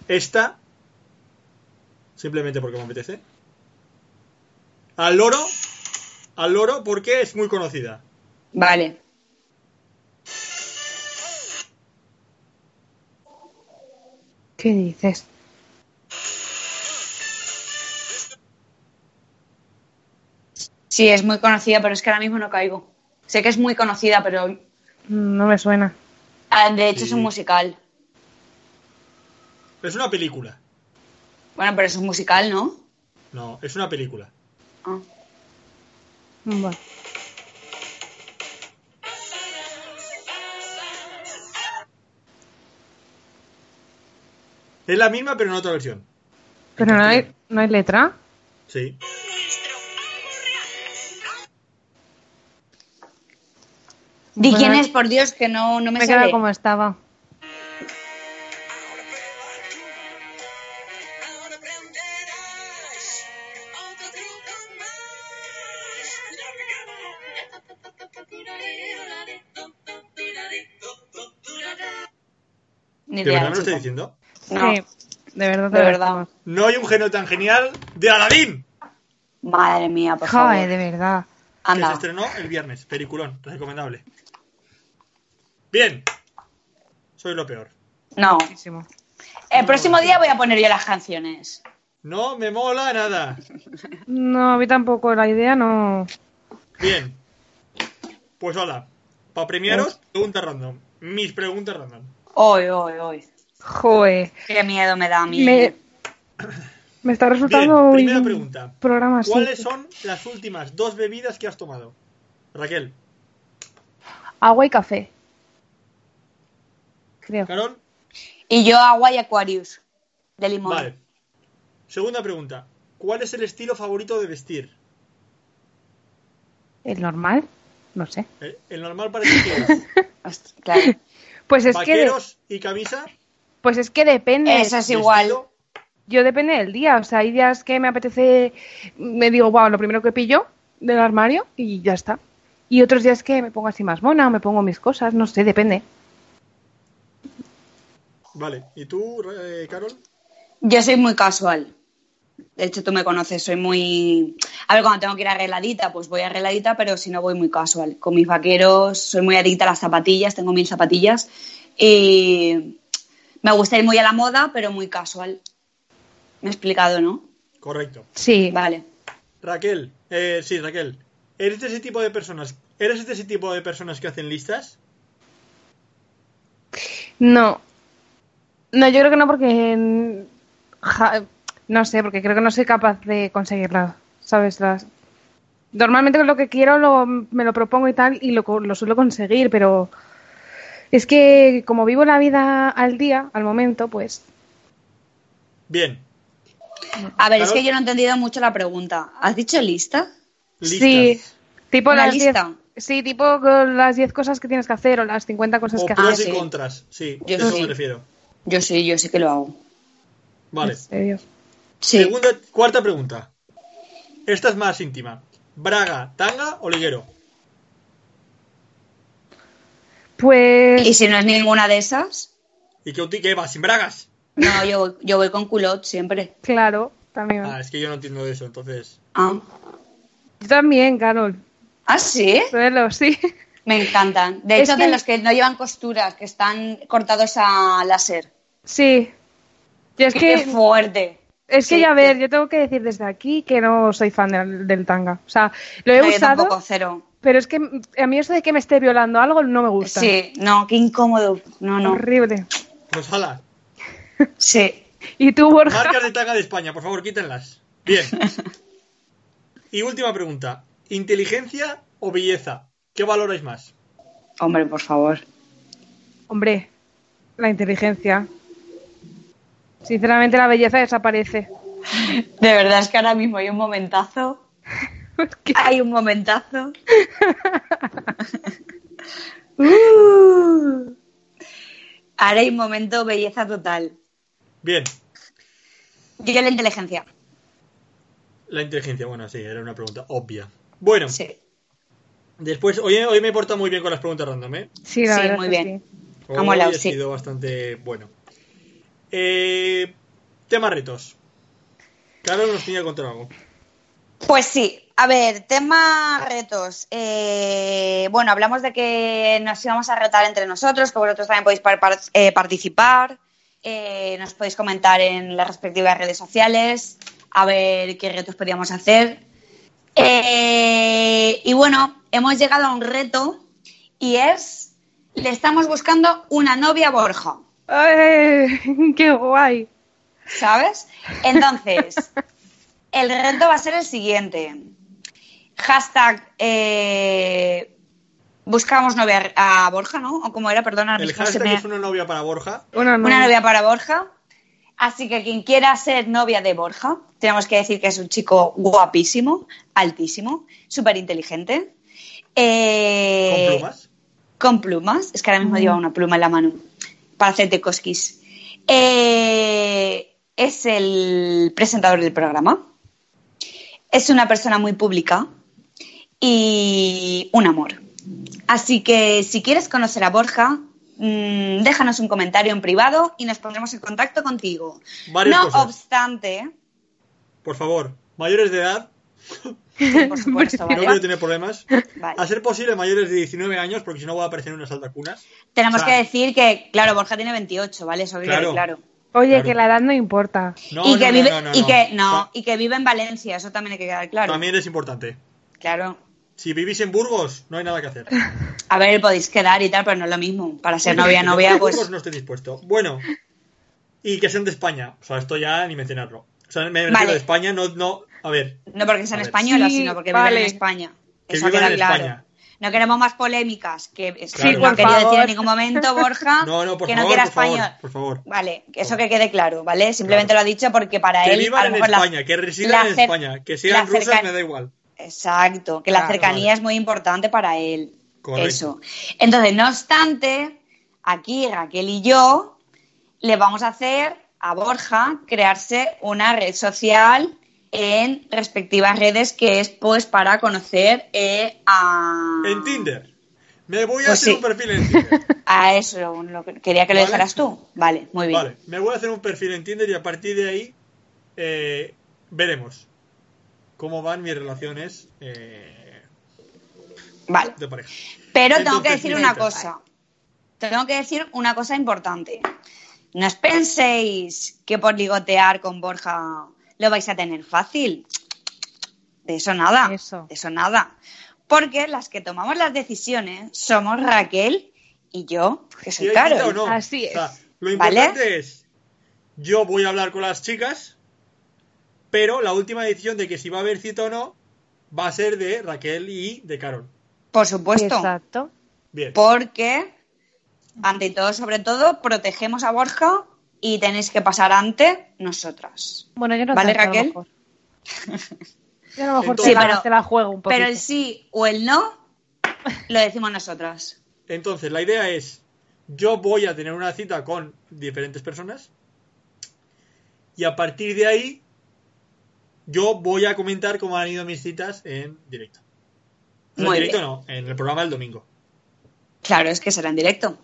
Speaker 1: esta, simplemente porque me apetece, al loro, al loro porque es muy conocida.
Speaker 5: Vale.
Speaker 4: ¿Qué dices?
Speaker 5: Sí, es muy conocida, pero es que ahora mismo no caigo. Sé que es muy conocida, pero
Speaker 4: Mm, No me suena.
Speaker 5: ah, de hecho es
Speaker 1: Sí.
Speaker 5: un musical.
Speaker 1: Es una película.
Speaker 5: Bueno, pero es un musical, ¿no?
Speaker 1: No, es una película.
Speaker 5: Ah.
Speaker 4: Bueno.
Speaker 1: Es la misma pero en otra versión.
Speaker 4: Pero no hay, no hay letra.
Speaker 1: Sí.
Speaker 5: Di
Speaker 4: Bueno,
Speaker 5: quién es, por Dios, que no, no me,
Speaker 4: Me he
Speaker 5: sale.
Speaker 4: quedado como estaba.
Speaker 7: ahora aprenderás otro truco más. La regala.
Speaker 5: Ni
Speaker 1: ¿De
Speaker 5: idea,
Speaker 1: verdad me lo
Speaker 5: chico.
Speaker 1: estás diciendo?
Speaker 5: No.
Speaker 4: Sí, de verdad.
Speaker 5: De verdad.
Speaker 1: No hay un genio tan genial de Aladdin.
Speaker 5: Madre mía, por
Speaker 4: Joder,
Speaker 5: favor.
Speaker 4: de verdad.
Speaker 1: Que se
Speaker 5: Anda.
Speaker 1: estrenó el viernes. Peliculón. Recomendable. Bien. Soy lo peor.
Speaker 5: No.
Speaker 4: Buenísimo.
Speaker 5: El próximo día voy a poner yo las canciones.
Speaker 1: No me mola nada.
Speaker 4: No, a mí tampoco. La idea no.
Speaker 1: Bien. Pues hola. Para premiaros, pregunta random. Mis preguntas random.
Speaker 5: Hoy, hoy, hoy.
Speaker 4: Joder.
Speaker 5: Qué miedo me da a mí.
Speaker 4: Me, me está resultando
Speaker 1: Bien, primera
Speaker 4: hoy un
Speaker 1: pregunta.
Speaker 4: programa así.
Speaker 1: ¿Cuáles son las últimas dos bebidas que has tomado? Raquel,
Speaker 4: Agua y café. Creo.
Speaker 1: Carol,
Speaker 5: Y yo agua y Aquarius. De limón.
Speaker 1: vale. Segunda pregunta. ¿Cuál es el estilo favorito de vestir?
Speaker 4: ¿El normal? No sé.
Speaker 1: El, Eh, el normal
Speaker 4: *laughs*
Speaker 1: parece que era
Speaker 5: Host- Claro.
Speaker 4: Pues es que, de-
Speaker 1: vaqueros y camisa.
Speaker 4: pues es que depende.
Speaker 5: Eso es igual.
Speaker 1: vestido.
Speaker 4: Yo depende del día. O sea, hay días que me apetece, me digo, wow, lo primero que pillo del armario y ya está. Y otros días que me pongo así más mona, o me pongo mis cosas, no sé, depende.
Speaker 1: Vale. ¿Y tú, eh, Carol?
Speaker 5: Yo soy muy casual. De hecho, tú me conoces, soy muy. A ver, cuando tengo que ir arregladita, pues voy arregladita, pero si no, voy muy casual. Con mis vaqueros, soy muy adicta a las zapatillas, tengo mil zapatillas. Y me gusta ir muy a la moda, pero muy casual. Me he explicado, ¿no?
Speaker 1: Correcto.
Speaker 4: Sí,
Speaker 5: Vale.
Speaker 1: Raquel, eh, sí, Raquel. ¿Eres de ese tipo de personas? ¿Eres de ese tipo de personas que hacen listas?
Speaker 4: no. No, yo creo que no porque en- ja- No sé, porque creo que no soy capaz de conseguirlas, ¿sabes? Las... Normalmente lo que quiero lo- me lo propongo y tal, y lo, co- lo suelo conseguir, pero es que como vivo la vida al día, al momento, pues
Speaker 1: Bien.
Speaker 3: A ver, es
Speaker 1: Claro.
Speaker 3: que yo no he entendido mucho la pregunta. ¿Has dicho lista?
Speaker 1: Lista.
Speaker 4: Sí, tipo
Speaker 3: Una
Speaker 4: las
Speaker 3: lista.
Speaker 4: 10 sí, tipo con las 10 cosas que tienes que hacer o las 50 cosas
Speaker 1: O
Speaker 4: que
Speaker 1: pros
Speaker 3: Ah,
Speaker 4: haces.
Speaker 1: y
Speaker 3: sí.
Speaker 1: contras. Sí,
Speaker 3: Yo
Speaker 1: eso
Speaker 3: sí.
Speaker 1: me refiero.
Speaker 3: Yo sí, yo sí que lo hago.
Speaker 1: Vale.
Speaker 4: En
Speaker 3: Este.
Speaker 4: serio.
Speaker 3: Sí.
Speaker 1: Segunda, cuarta pregunta. Esta es más íntima. ¿Braga, tanga o liguero?
Speaker 4: Pues
Speaker 3: ¿Y si no es ninguna de esas?
Speaker 1: ¿Y qué, uti- qué va? ¿Sin bragas?
Speaker 3: No, yo voy, yo voy con culot siempre.
Speaker 4: claro, también.
Speaker 1: Ah, es que yo no entiendo eso, entonces.
Speaker 3: Ah.
Speaker 4: Yo también, Carol.
Speaker 3: ¿Ah, sí?
Speaker 4: Suelo, sí. *laughs*
Speaker 3: Me encantan. De
Speaker 4: Es
Speaker 3: hecho,
Speaker 4: que-
Speaker 3: de los que no llevan costuras, que están cortados a láser.
Speaker 4: Sí. Yo es
Speaker 3: Qué *laughs*
Speaker 4: que
Speaker 3: fuerte.
Speaker 4: es que
Speaker 3: Sí,
Speaker 4: ya a ver,
Speaker 3: sí.
Speaker 4: yo tengo que decir desde aquí que no soy fan del, del tanga. O sea, lo he
Speaker 3: No, yo
Speaker 4: usado,
Speaker 3: tampoco, cero.
Speaker 4: pero es que a mí eso de que me esté violando algo no me gusta.
Speaker 3: Sí, no, qué incómodo. No, no.
Speaker 4: Horrible.
Speaker 1: Pues ala.
Speaker 3: Sí.
Speaker 4: ¿Y tú, Borja?
Speaker 1: Marcas de tanga de España, por favor, quítenlas.
Speaker 3: *laughs*
Speaker 1: Bien. Y última pregunta. ¿Inteligencia o belleza? ¿Qué valoráis más?
Speaker 3: Hombre, por favor.
Speaker 4: Hombre, la inteligencia. Sinceramente la belleza desaparece.
Speaker 3: De verdad es que ahora mismo hay un
Speaker 4: *laughs*
Speaker 3: momentazo. Hay un momentazo. Uh. ahora hay un momento belleza total.
Speaker 1: Bien.
Speaker 3: Yo la inteligencia.
Speaker 1: La inteligencia, bueno, sí, era una pregunta obvia. Bueno,
Speaker 3: Sí.
Speaker 1: después, hoy, hoy me he portado muy bien con las preguntas random, ¿eh?
Speaker 4: Sí, la
Speaker 3: Sí,
Speaker 4: verdad
Speaker 3: muy
Speaker 4: es que
Speaker 3: bien.
Speaker 4: sí.
Speaker 1: Hoy
Speaker 3: Ha molado,
Speaker 1: ha
Speaker 3: sí.
Speaker 1: sido bastante bueno. Eh, tema retos. Carol nos tenía que contar algo.
Speaker 5: Pues sí. A ver, tema retos. Eh, bueno, hablamos de que nos íbamos a retar entre nosotros, que vosotros también podéis par- par- eh, participar. Eh, nos podéis comentar en las respectivas redes sociales, a ver qué retos podíamos hacer. Eh, y bueno, hemos llegado a un reto y es, le estamos buscando una novia a Borja.
Speaker 4: Ay, *laughs* ¡Qué guay!
Speaker 5: ¿Sabes? Entonces, el reto va a ser el siguiente. Hashtag eh, buscamos novia a Borja, ¿no? O como era, perdona.
Speaker 1: El
Speaker 5: no se
Speaker 1: hashtag
Speaker 5: me-
Speaker 1: es una novia para Borja.
Speaker 4: Una
Speaker 5: Una
Speaker 4: novia.
Speaker 5: novia para Borja. Así que quien quiera ser novia de Borja, tenemos que decir que es un chico guapísimo, altísimo, súper inteligente. Eh,
Speaker 1: Con plumas.
Speaker 5: Con plumas. Es que ahora mismo lleva una pluma en la mano para hacerte cosquis. Eh, es el presentador del programa. Es una persona muy pública y un amor. Así que si quieres conocer a Borja, mm, déjanos un comentario en privado y nos pondremos en contacto contigo.
Speaker 1: Varias
Speaker 5: no
Speaker 1: cosas.
Speaker 5: obstante, *laughs*
Speaker 1: Por favor, mayores de edad,
Speaker 5: sí, por supuesto,
Speaker 1: no quiero
Speaker 5: ¿vale?
Speaker 1: tener problemas.
Speaker 5: *laughs* Vale.
Speaker 1: A ser posible, mayores de 19 años, porque si no voy a aparecer en unas altacunas.
Speaker 5: Tenemos
Speaker 1: o sea-
Speaker 5: que decir que, claro, Borja tiene 28, ¿vale? Eso queda
Speaker 1: Claro.
Speaker 5: claro.
Speaker 4: Oye,
Speaker 1: Claro.
Speaker 4: que la edad no importa.
Speaker 1: No,
Speaker 5: y
Speaker 1: no,
Speaker 5: que
Speaker 1: no,
Speaker 5: vive
Speaker 1: no, no,
Speaker 5: y
Speaker 1: no.
Speaker 5: que no,
Speaker 1: Ta-
Speaker 5: y que vive en Valencia eso también hay que quedar claro
Speaker 1: También es importante.
Speaker 5: claro
Speaker 1: Si vivís en Burgos, no hay nada que hacer.
Speaker 5: a ver podéis quedar y tal pero no es lo mismo para ser
Speaker 1: *laughs*
Speaker 5: novia
Speaker 1: Si
Speaker 5: novia
Speaker 1: en
Speaker 5: pues
Speaker 1: Burgos no estoy dispuesto. Bueno, y que sean de España. O sea, esto ya ni mencionarlo. O sea, me refiero
Speaker 5: Vale.
Speaker 1: de España, no, no. A ver,
Speaker 5: no porque sean
Speaker 1: A ver.
Speaker 5: españolas
Speaker 4: Sí,
Speaker 5: sino porque
Speaker 4: vale.
Speaker 5: viven en España
Speaker 1: Que
Speaker 5: eso
Speaker 1: vivan
Speaker 5: queda
Speaker 1: en
Speaker 5: claro
Speaker 1: España.
Speaker 5: no queremos más polémicas que eso
Speaker 1: Sí,
Speaker 5: no
Speaker 1: por
Speaker 5: he querido
Speaker 4: favor.
Speaker 5: decir en ningún momento
Speaker 1: *laughs*
Speaker 5: Borja
Speaker 1: no, no, por
Speaker 5: Ah, que
Speaker 1: favor,
Speaker 5: no quiera
Speaker 1: por favor,
Speaker 5: español
Speaker 1: por favor.
Speaker 5: vale que eso que quede claro vale simplemente
Speaker 1: Claro.
Speaker 5: lo ha dicho porque para
Speaker 1: Que
Speaker 5: él a
Speaker 1: vivan
Speaker 5: lo
Speaker 1: en
Speaker 5: mejor la-
Speaker 1: España, que
Speaker 5: la
Speaker 1: residan en
Speaker 5: cer-
Speaker 1: España, que sean
Speaker 5: la
Speaker 1: rusas
Speaker 5: cercan-
Speaker 1: me da igual.
Speaker 5: Exacto, que la
Speaker 4: Claro,
Speaker 5: cercanía
Speaker 1: vale.
Speaker 5: es muy importante para él.
Speaker 1: Correcto.
Speaker 5: Eso. Entonces, no obstante, aquí Raquel y yo le vamos a hacer a Borja crearse una red social en respectivas redes que es pues para conocer eh, a...
Speaker 1: En Tinder. Me voy a
Speaker 5: Pues
Speaker 1: hacer
Speaker 5: sí.
Speaker 1: un perfil en
Speaker 5: *laughs*
Speaker 1: Tinder.
Speaker 5: A eso, lo que- quería que lo
Speaker 1: Vale.
Speaker 5: dijeras tú. Vale, muy bien.
Speaker 1: vale, me voy a hacer un perfil en Tinder y a partir de ahí eh, veremos cómo van mis relaciones eh,
Speaker 5: Vale.
Speaker 1: de pareja.
Speaker 5: Pero tengo
Speaker 1: Entonces,
Speaker 5: que decir
Speaker 1: mira,
Speaker 5: una cosa. Tengo que decir una cosa importante. No os penséis que por ligotear con Borja lo vais a tener fácil. De eso nada.
Speaker 4: Eso.
Speaker 5: De eso nada. Porque las que tomamos las decisiones somos Raquel y yo, que
Speaker 1: Si
Speaker 5: soy
Speaker 1: hay cita o
Speaker 5: Carol.
Speaker 1: no.
Speaker 4: Así
Speaker 1: O sea,
Speaker 4: es.
Speaker 1: lo
Speaker 5: ¿Vale?
Speaker 1: importante es, yo voy a hablar con las chicas Pero la última decisión de que si va a haber cita o no va a ser de Raquel y de Carol.
Speaker 5: Por supuesto.
Speaker 4: Exacto.
Speaker 1: Bien.
Speaker 5: Porque, ante todo, sobre todo, protegemos a Borja y tenéis que pasar ante nosotras.
Speaker 4: Bueno, yo no
Speaker 5: ¿Vale,
Speaker 4: tanto, a lo
Speaker 5: Raquel?
Speaker 4: mejor. Yo a lo mejor
Speaker 1: Sí,
Speaker 4: te, la,
Speaker 5: pero-
Speaker 4: te la juego un poquito.
Speaker 5: Pero el sí o el no lo decimos nosotras.
Speaker 1: Entonces, la idea es, yo voy a tener una cita con diferentes personas y a partir de ahí yo voy a comentar cómo han ido mis citas en directo. O sea, en
Speaker 5: Muy
Speaker 1: directo
Speaker 5: bien.
Speaker 1: no, en el programa del domingo.
Speaker 5: Claro, es que será en directo.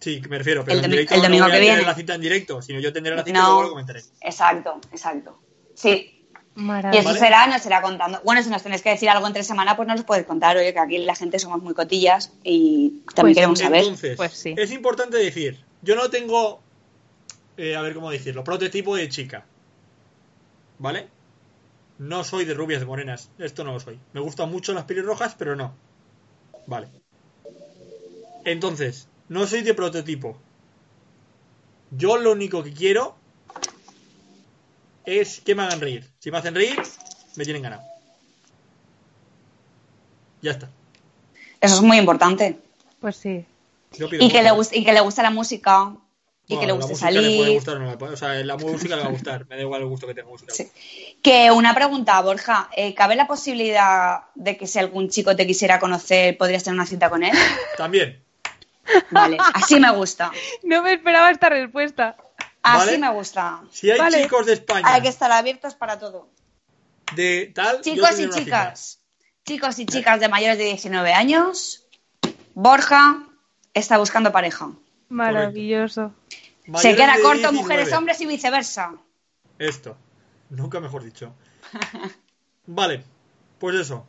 Speaker 1: Sí, me refiero, pero
Speaker 5: El
Speaker 1: en
Speaker 5: domi-
Speaker 1: directo
Speaker 5: el domingo
Speaker 1: no voy a
Speaker 5: que
Speaker 1: tener
Speaker 5: viene.
Speaker 1: la cita en directo, sino yo tendré la cita y
Speaker 5: No.
Speaker 1: luego lo comentaré.
Speaker 5: Exacto, exacto. Sí. Y eso
Speaker 4: Maravilla.
Speaker 1: Ah, Vale.
Speaker 5: será, nos será contando. Bueno, si nos tenéis que decir algo entre semana, pues nos lo podéis contar. Oye, que aquí la gente somos muy cotillas y también
Speaker 4: Pues
Speaker 5: queremos saber.
Speaker 1: Entonces,
Speaker 4: Pues sí.
Speaker 1: es importante decir, yo no tengo, eh, a ver cómo decirlo, prototipo de chica. ¿Vale? No soy de rubias de morenas, esto no lo soy. Me gustan mucho las pelirrojas, pero no. Vale. Entonces, no soy de prototipo. Yo lo único que quiero es que me hagan reír. Si me hacen reír, me tienen ganado. Ya está.
Speaker 5: Eso es muy importante.
Speaker 4: Pues sí.
Speaker 1: Yo pido
Speaker 5: Y que,
Speaker 1: mucho.
Speaker 5: le guste, y que le gusta la música. Y
Speaker 1: Bueno,
Speaker 5: que le
Speaker 1: la
Speaker 5: guste
Speaker 1: música le puede
Speaker 5: salir.
Speaker 1: gustar o no le puede- o sea, la música le va a gustar. Me da igual el gusto que tenga música.
Speaker 5: Sí. Que una pregunta, Borja. eh, ¿Cabe la posibilidad de que si algún chico te quisiera conocer, podrías tener una cita
Speaker 1: *laughs*
Speaker 5: con él?
Speaker 1: También.
Speaker 5: Vale, así me gusta.
Speaker 4: No me esperaba esta respuesta.
Speaker 5: Así
Speaker 1: Vale.
Speaker 5: me gusta.
Speaker 1: Si hay
Speaker 4: Vale.
Speaker 1: chicos de España
Speaker 5: Hay Ah, que estar abiertos para todo.
Speaker 1: de tal. yo
Speaker 5: Chicos
Speaker 1: tendré
Speaker 5: y
Speaker 1: una cita.
Speaker 5: chicas, chicos y chicas de mayores de 19 años, Borja está buscando pareja.
Speaker 4: Maravilloso.
Speaker 5: Se
Speaker 1: Mayores
Speaker 5: queda
Speaker 1: de
Speaker 5: corto
Speaker 1: 19.
Speaker 5: mujeres, hombres y viceversa.
Speaker 1: Esto. Nunca mejor dicho. *laughs* Vale. Pues eso.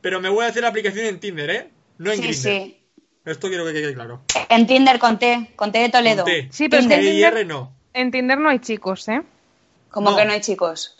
Speaker 1: Pero me voy a hacer la aplicación en Tinder, ¿eh? No en
Speaker 5: Sí,
Speaker 1: Grindr.
Speaker 5: sí.
Speaker 1: Esto quiero que quede claro.
Speaker 5: En Tinder con T, con T de Toledo.
Speaker 1: Con T.
Speaker 4: Sí, pero es que en
Speaker 1: T y
Speaker 4: Tinder-
Speaker 1: R no.
Speaker 4: En Tinder no hay chicos, ¿eh?
Speaker 5: Como
Speaker 1: No.
Speaker 5: que no hay chicos.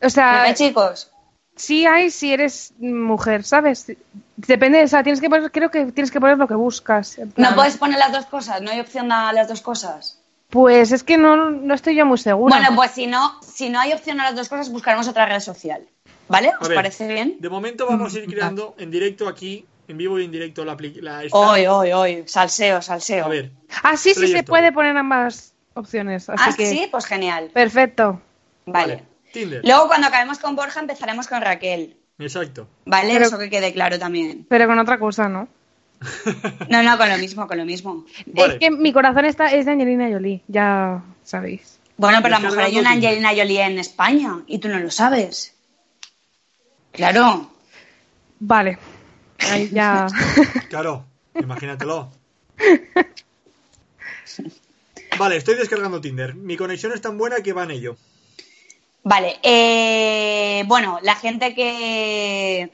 Speaker 4: O
Speaker 5: No
Speaker 4: sea,
Speaker 5: hay chicos.
Speaker 4: sí hay si eres mujer, ¿sabes? Depende, o sea, tienes que poner, creo que tienes que poner lo que buscas. en plan.
Speaker 5: No pues- puedes poner las dos cosas, no hay opción a las dos cosas.
Speaker 4: Pues es que no, no estoy yo muy segura.
Speaker 5: Bueno, pues si no, si no hay opción a las dos cosas, buscaremos otra red social. ¿Vale?
Speaker 1: A
Speaker 5: ¿Os
Speaker 1: ver.
Speaker 5: parece bien? Mm,
Speaker 1: De momento vamos a ir creando en directo aquí, en vivo y en directo, la, apli- la esta.
Speaker 5: Hoy, hoy, hoy. Salseo, salseo.
Speaker 1: A ver.
Speaker 4: Así Ah, sí se
Speaker 1: proyecto.
Speaker 4: puede poner ambas opciones. Así
Speaker 5: pues- Ah,
Speaker 4: que...
Speaker 5: sí, pues genial.
Speaker 4: Perfecto.
Speaker 5: Vale.
Speaker 1: Tinder.
Speaker 5: Luego cuando acabemos con Borja empezaremos con Raquel.
Speaker 1: Exacto.
Speaker 5: ¿Vale?
Speaker 4: Pero-
Speaker 5: Eso que quede claro también.
Speaker 4: Pero con otra cosa, ¿no?
Speaker 5: No, no, con lo mismo, con lo mismo.
Speaker 1: Vale.
Speaker 4: Es que mi corazón está es de Angelina Jolie, ya sabéis.
Speaker 5: Bueno, pero a lo
Speaker 1: Descargando
Speaker 5: mejor hay una
Speaker 1: Tinder.
Speaker 5: Angelina Jolie en España y tú no lo sabes. Claro.
Speaker 4: Vale. Ahí
Speaker 5: *laughs*
Speaker 4: ya.
Speaker 1: Claro, imagínatelo. Vale, estoy descargando Tinder. Mi conexión es tan buena que va en ello.
Speaker 5: Vale. eh, bueno, la gente que,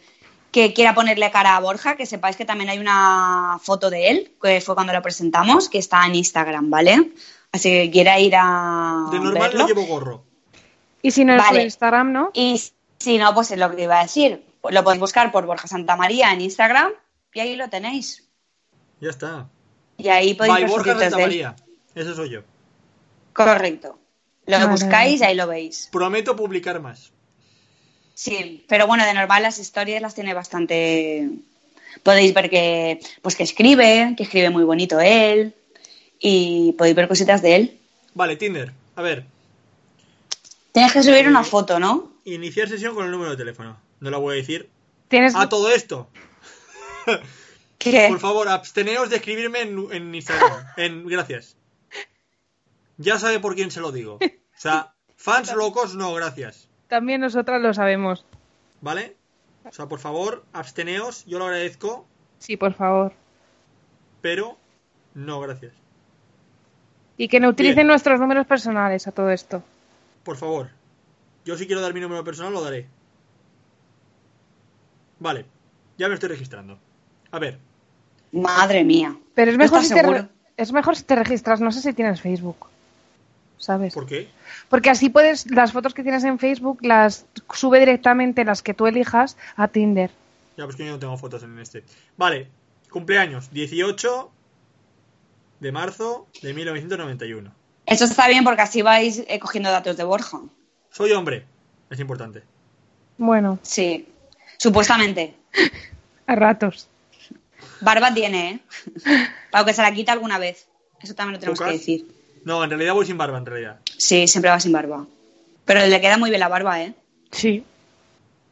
Speaker 5: que quiera ponerle cara a Borja, que sepáis que también hay una foto de él, que fue cuando lo presentamos, que está en Instagram, ¿vale? Así que quiera ir a
Speaker 1: De normal
Speaker 5: Ah, verlo.
Speaker 1: no llevo gorro.
Speaker 4: Y si no es por
Speaker 5: Vale.
Speaker 4: Instagram, ¿no?
Speaker 5: Y si no, pues es lo que iba a decir. Pues Lo podéis buscar por Borja Santa María en Instagram y ahí lo tenéis.
Speaker 1: Ya está.
Speaker 5: Y ahí podéis
Speaker 1: By
Speaker 5: ver
Speaker 1: Borja
Speaker 5: fotitos
Speaker 1: Santa
Speaker 5: de él.
Speaker 1: María. Ese soy yo.
Speaker 5: Correcto. Lo
Speaker 4: Vale.
Speaker 5: buscáis y ahí lo veis.
Speaker 1: Prometo publicar más.
Speaker 5: Sí, pero bueno, de normal las historias las tiene bastante. Podéis ver que, pues que escribe, que escribe muy bonito él y podéis ver cositas de él.
Speaker 1: Vale, Tinder. A ver,
Speaker 5: Tienes que subir una foto, ¿no?
Speaker 1: iniciar sesión con el número de teléfono. No la voy a decir.
Speaker 4: Tienes
Speaker 1: A todo esto,
Speaker 5: ¿Qué?
Speaker 1: por favor, absteneos de escribirme en, en Instagram. En, gracias. Ya sabe por quién se lo digo. O sea, fans locos, no, gracias.
Speaker 4: también nosotras lo sabemos.
Speaker 1: ¿Vale? O sea, por favor, absteneos, yo lo agradezco,
Speaker 4: Sí, por favor.
Speaker 1: pero no, gracias.
Speaker 4: Y que no utilicen
Speaker 1: Bien.
Speaker 4: nuestros números personales a todo esto.
Speaker 1: Por favor. Yo si quiero dar mi número personal, lo daré. Vale, ya me estoy registrando. A ver,
Speaker 5: Madre mía.
Speaker 4: Pero es
Speaker 5: ¿No
Speaker 4: mejor
Speaker 5: estás
Speaker 4: si te re-
Speaker 5: seguro?
Speaker 4: es mejor si te registras, no sé si tienes Facebook. ¿Sabes?
Speaker 1: ¿por qué?
Speaker 4: Porque así puedes las fotos que tienes en Facebook las sube directamente las que tú elijas a Tinder.
Speaker 1: Ya pues que yo no tengo fotos en este. Vale, cumpleaños, 18 de marzo de 1991.
Speaker 5: Eso está bien porque así vais eh, cogiendo datos de Borja.
Speaker 1: Soy hombre. Es importante.
Speaker 4: Bueno,
Speaker 5: Sí, supuestamente.
Speaker 4: a ratos.
Speaker 5: Barba tiene, ¿eh?
Speaker 4: *laughs*
Speaker 5: Para que se la quita alguna vez. Eso también lo tenemos
Speaker 1: ¿Pocas?
Speaker 5: que decir.
Speaker 1: No, en realidad voy sin barba, en realidad.
Speaker 5: Sí, siempre va sin barba. Pero le queda muy bien la barba, ¿eh?
Speaker 4: Sí.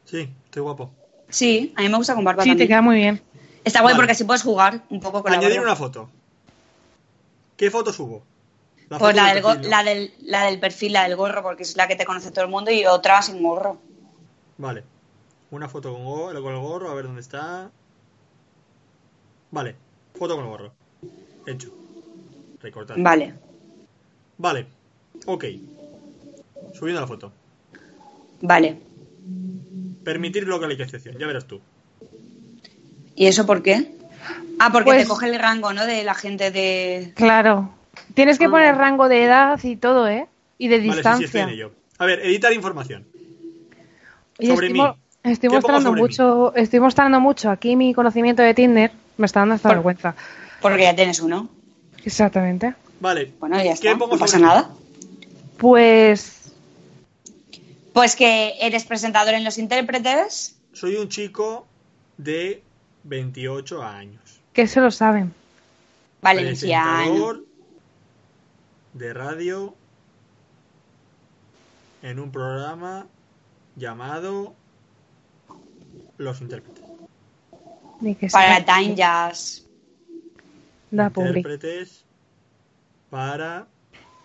Speaker 1: Sí, estoy guapo.
Speaker 5: Sí, a mí me gusta con barba
Speaker 4: Sí, te
Speaker 5: también.
Speaker 4: queda muy bien.
Speaker 5: Está guay
Speaker 1: Vale.
Speaker 5: porque así puedes jugar un poco con
Speaker 1: Añadir
Speaker 5: la
Speaker 1: una
Speaker 5: barba.
Speaker 1: foto. ¿Qué foto subo? La foto
Speaker 5: Pues la
Speaker 1: del
Speaker 5: del, go-
Speaker 1: perfil, ¿no?
Speaker 5: la, del, la del perfil, la del gorro, porque es la que te conoce todo el mundo, y otra sin gorro.
Speaker 1: Vale. Una foto con, go- con el gorro, a ver dónde está. Vale. Foto con el gorro. Hecho. Recortar.
Speaker 5: Vale.
Speaker 1: Vale. Ok. Subiendo la foto.
Speaker 5: Vale.
Speaker 1: Permitir localización, ya verás tú.
Speaker 5: ¿Y eso por qué? Ah, porque
Speaker 4: Pues-
Speaker 5: te coge el rango, ¿no? De la gente de...
Speaker 4: Claro. Tienes que
Speaker 5: Ah.
Speaker 4: poner rango de edad y todo, ¿eh? Y de
Speaker 1: Vale, sí, sí, estoy
Speaker 4: distancia.
Speaker 1: en ello. A ver, editar información.
Speaker 4: Y
Speaker 1: Sobre
Speaker 4: estoy, mo-
Speaker 1: mí.
Speaker 4: estoy
Speaker 1: ¿Qué pongo
Speaker 4: mostrando
Speaker 1: sobre
Speaker 4: mucho, estoy mostrando mucho aquí mi conocimiento de Tinder. Me está dando hasta
Speaker 5: Por-
Speaker 4: vergüenza.
Speaker 5: Porque ya tienes uno.
Speaker 4: Exactamente.
Speaker 1: Vale.
Speaker 5: Bueno, ya está.
Speaker 1: pongo
Speaker 5: No pasa
Speaker 1: sobre mí?
Speaker 5: nada.
Speaker 4: Pues
Speaker 5: Pues que eres presentador en Los Intérpretes.
Speaker 1: Soy un chico de 28 años.
Speaker 4: que se lo saben.
Speaker 5: Valenciano.
Speaker 1: presentador de radio en un programa llamado Los Intérpretes.
Speaker 4: Ni que
Speaker 5: Para
Speaker 4: sea-
Speaker 5: Time Jazz.
Speaker 4: Da publi.
Speaker 1: Intérpretes para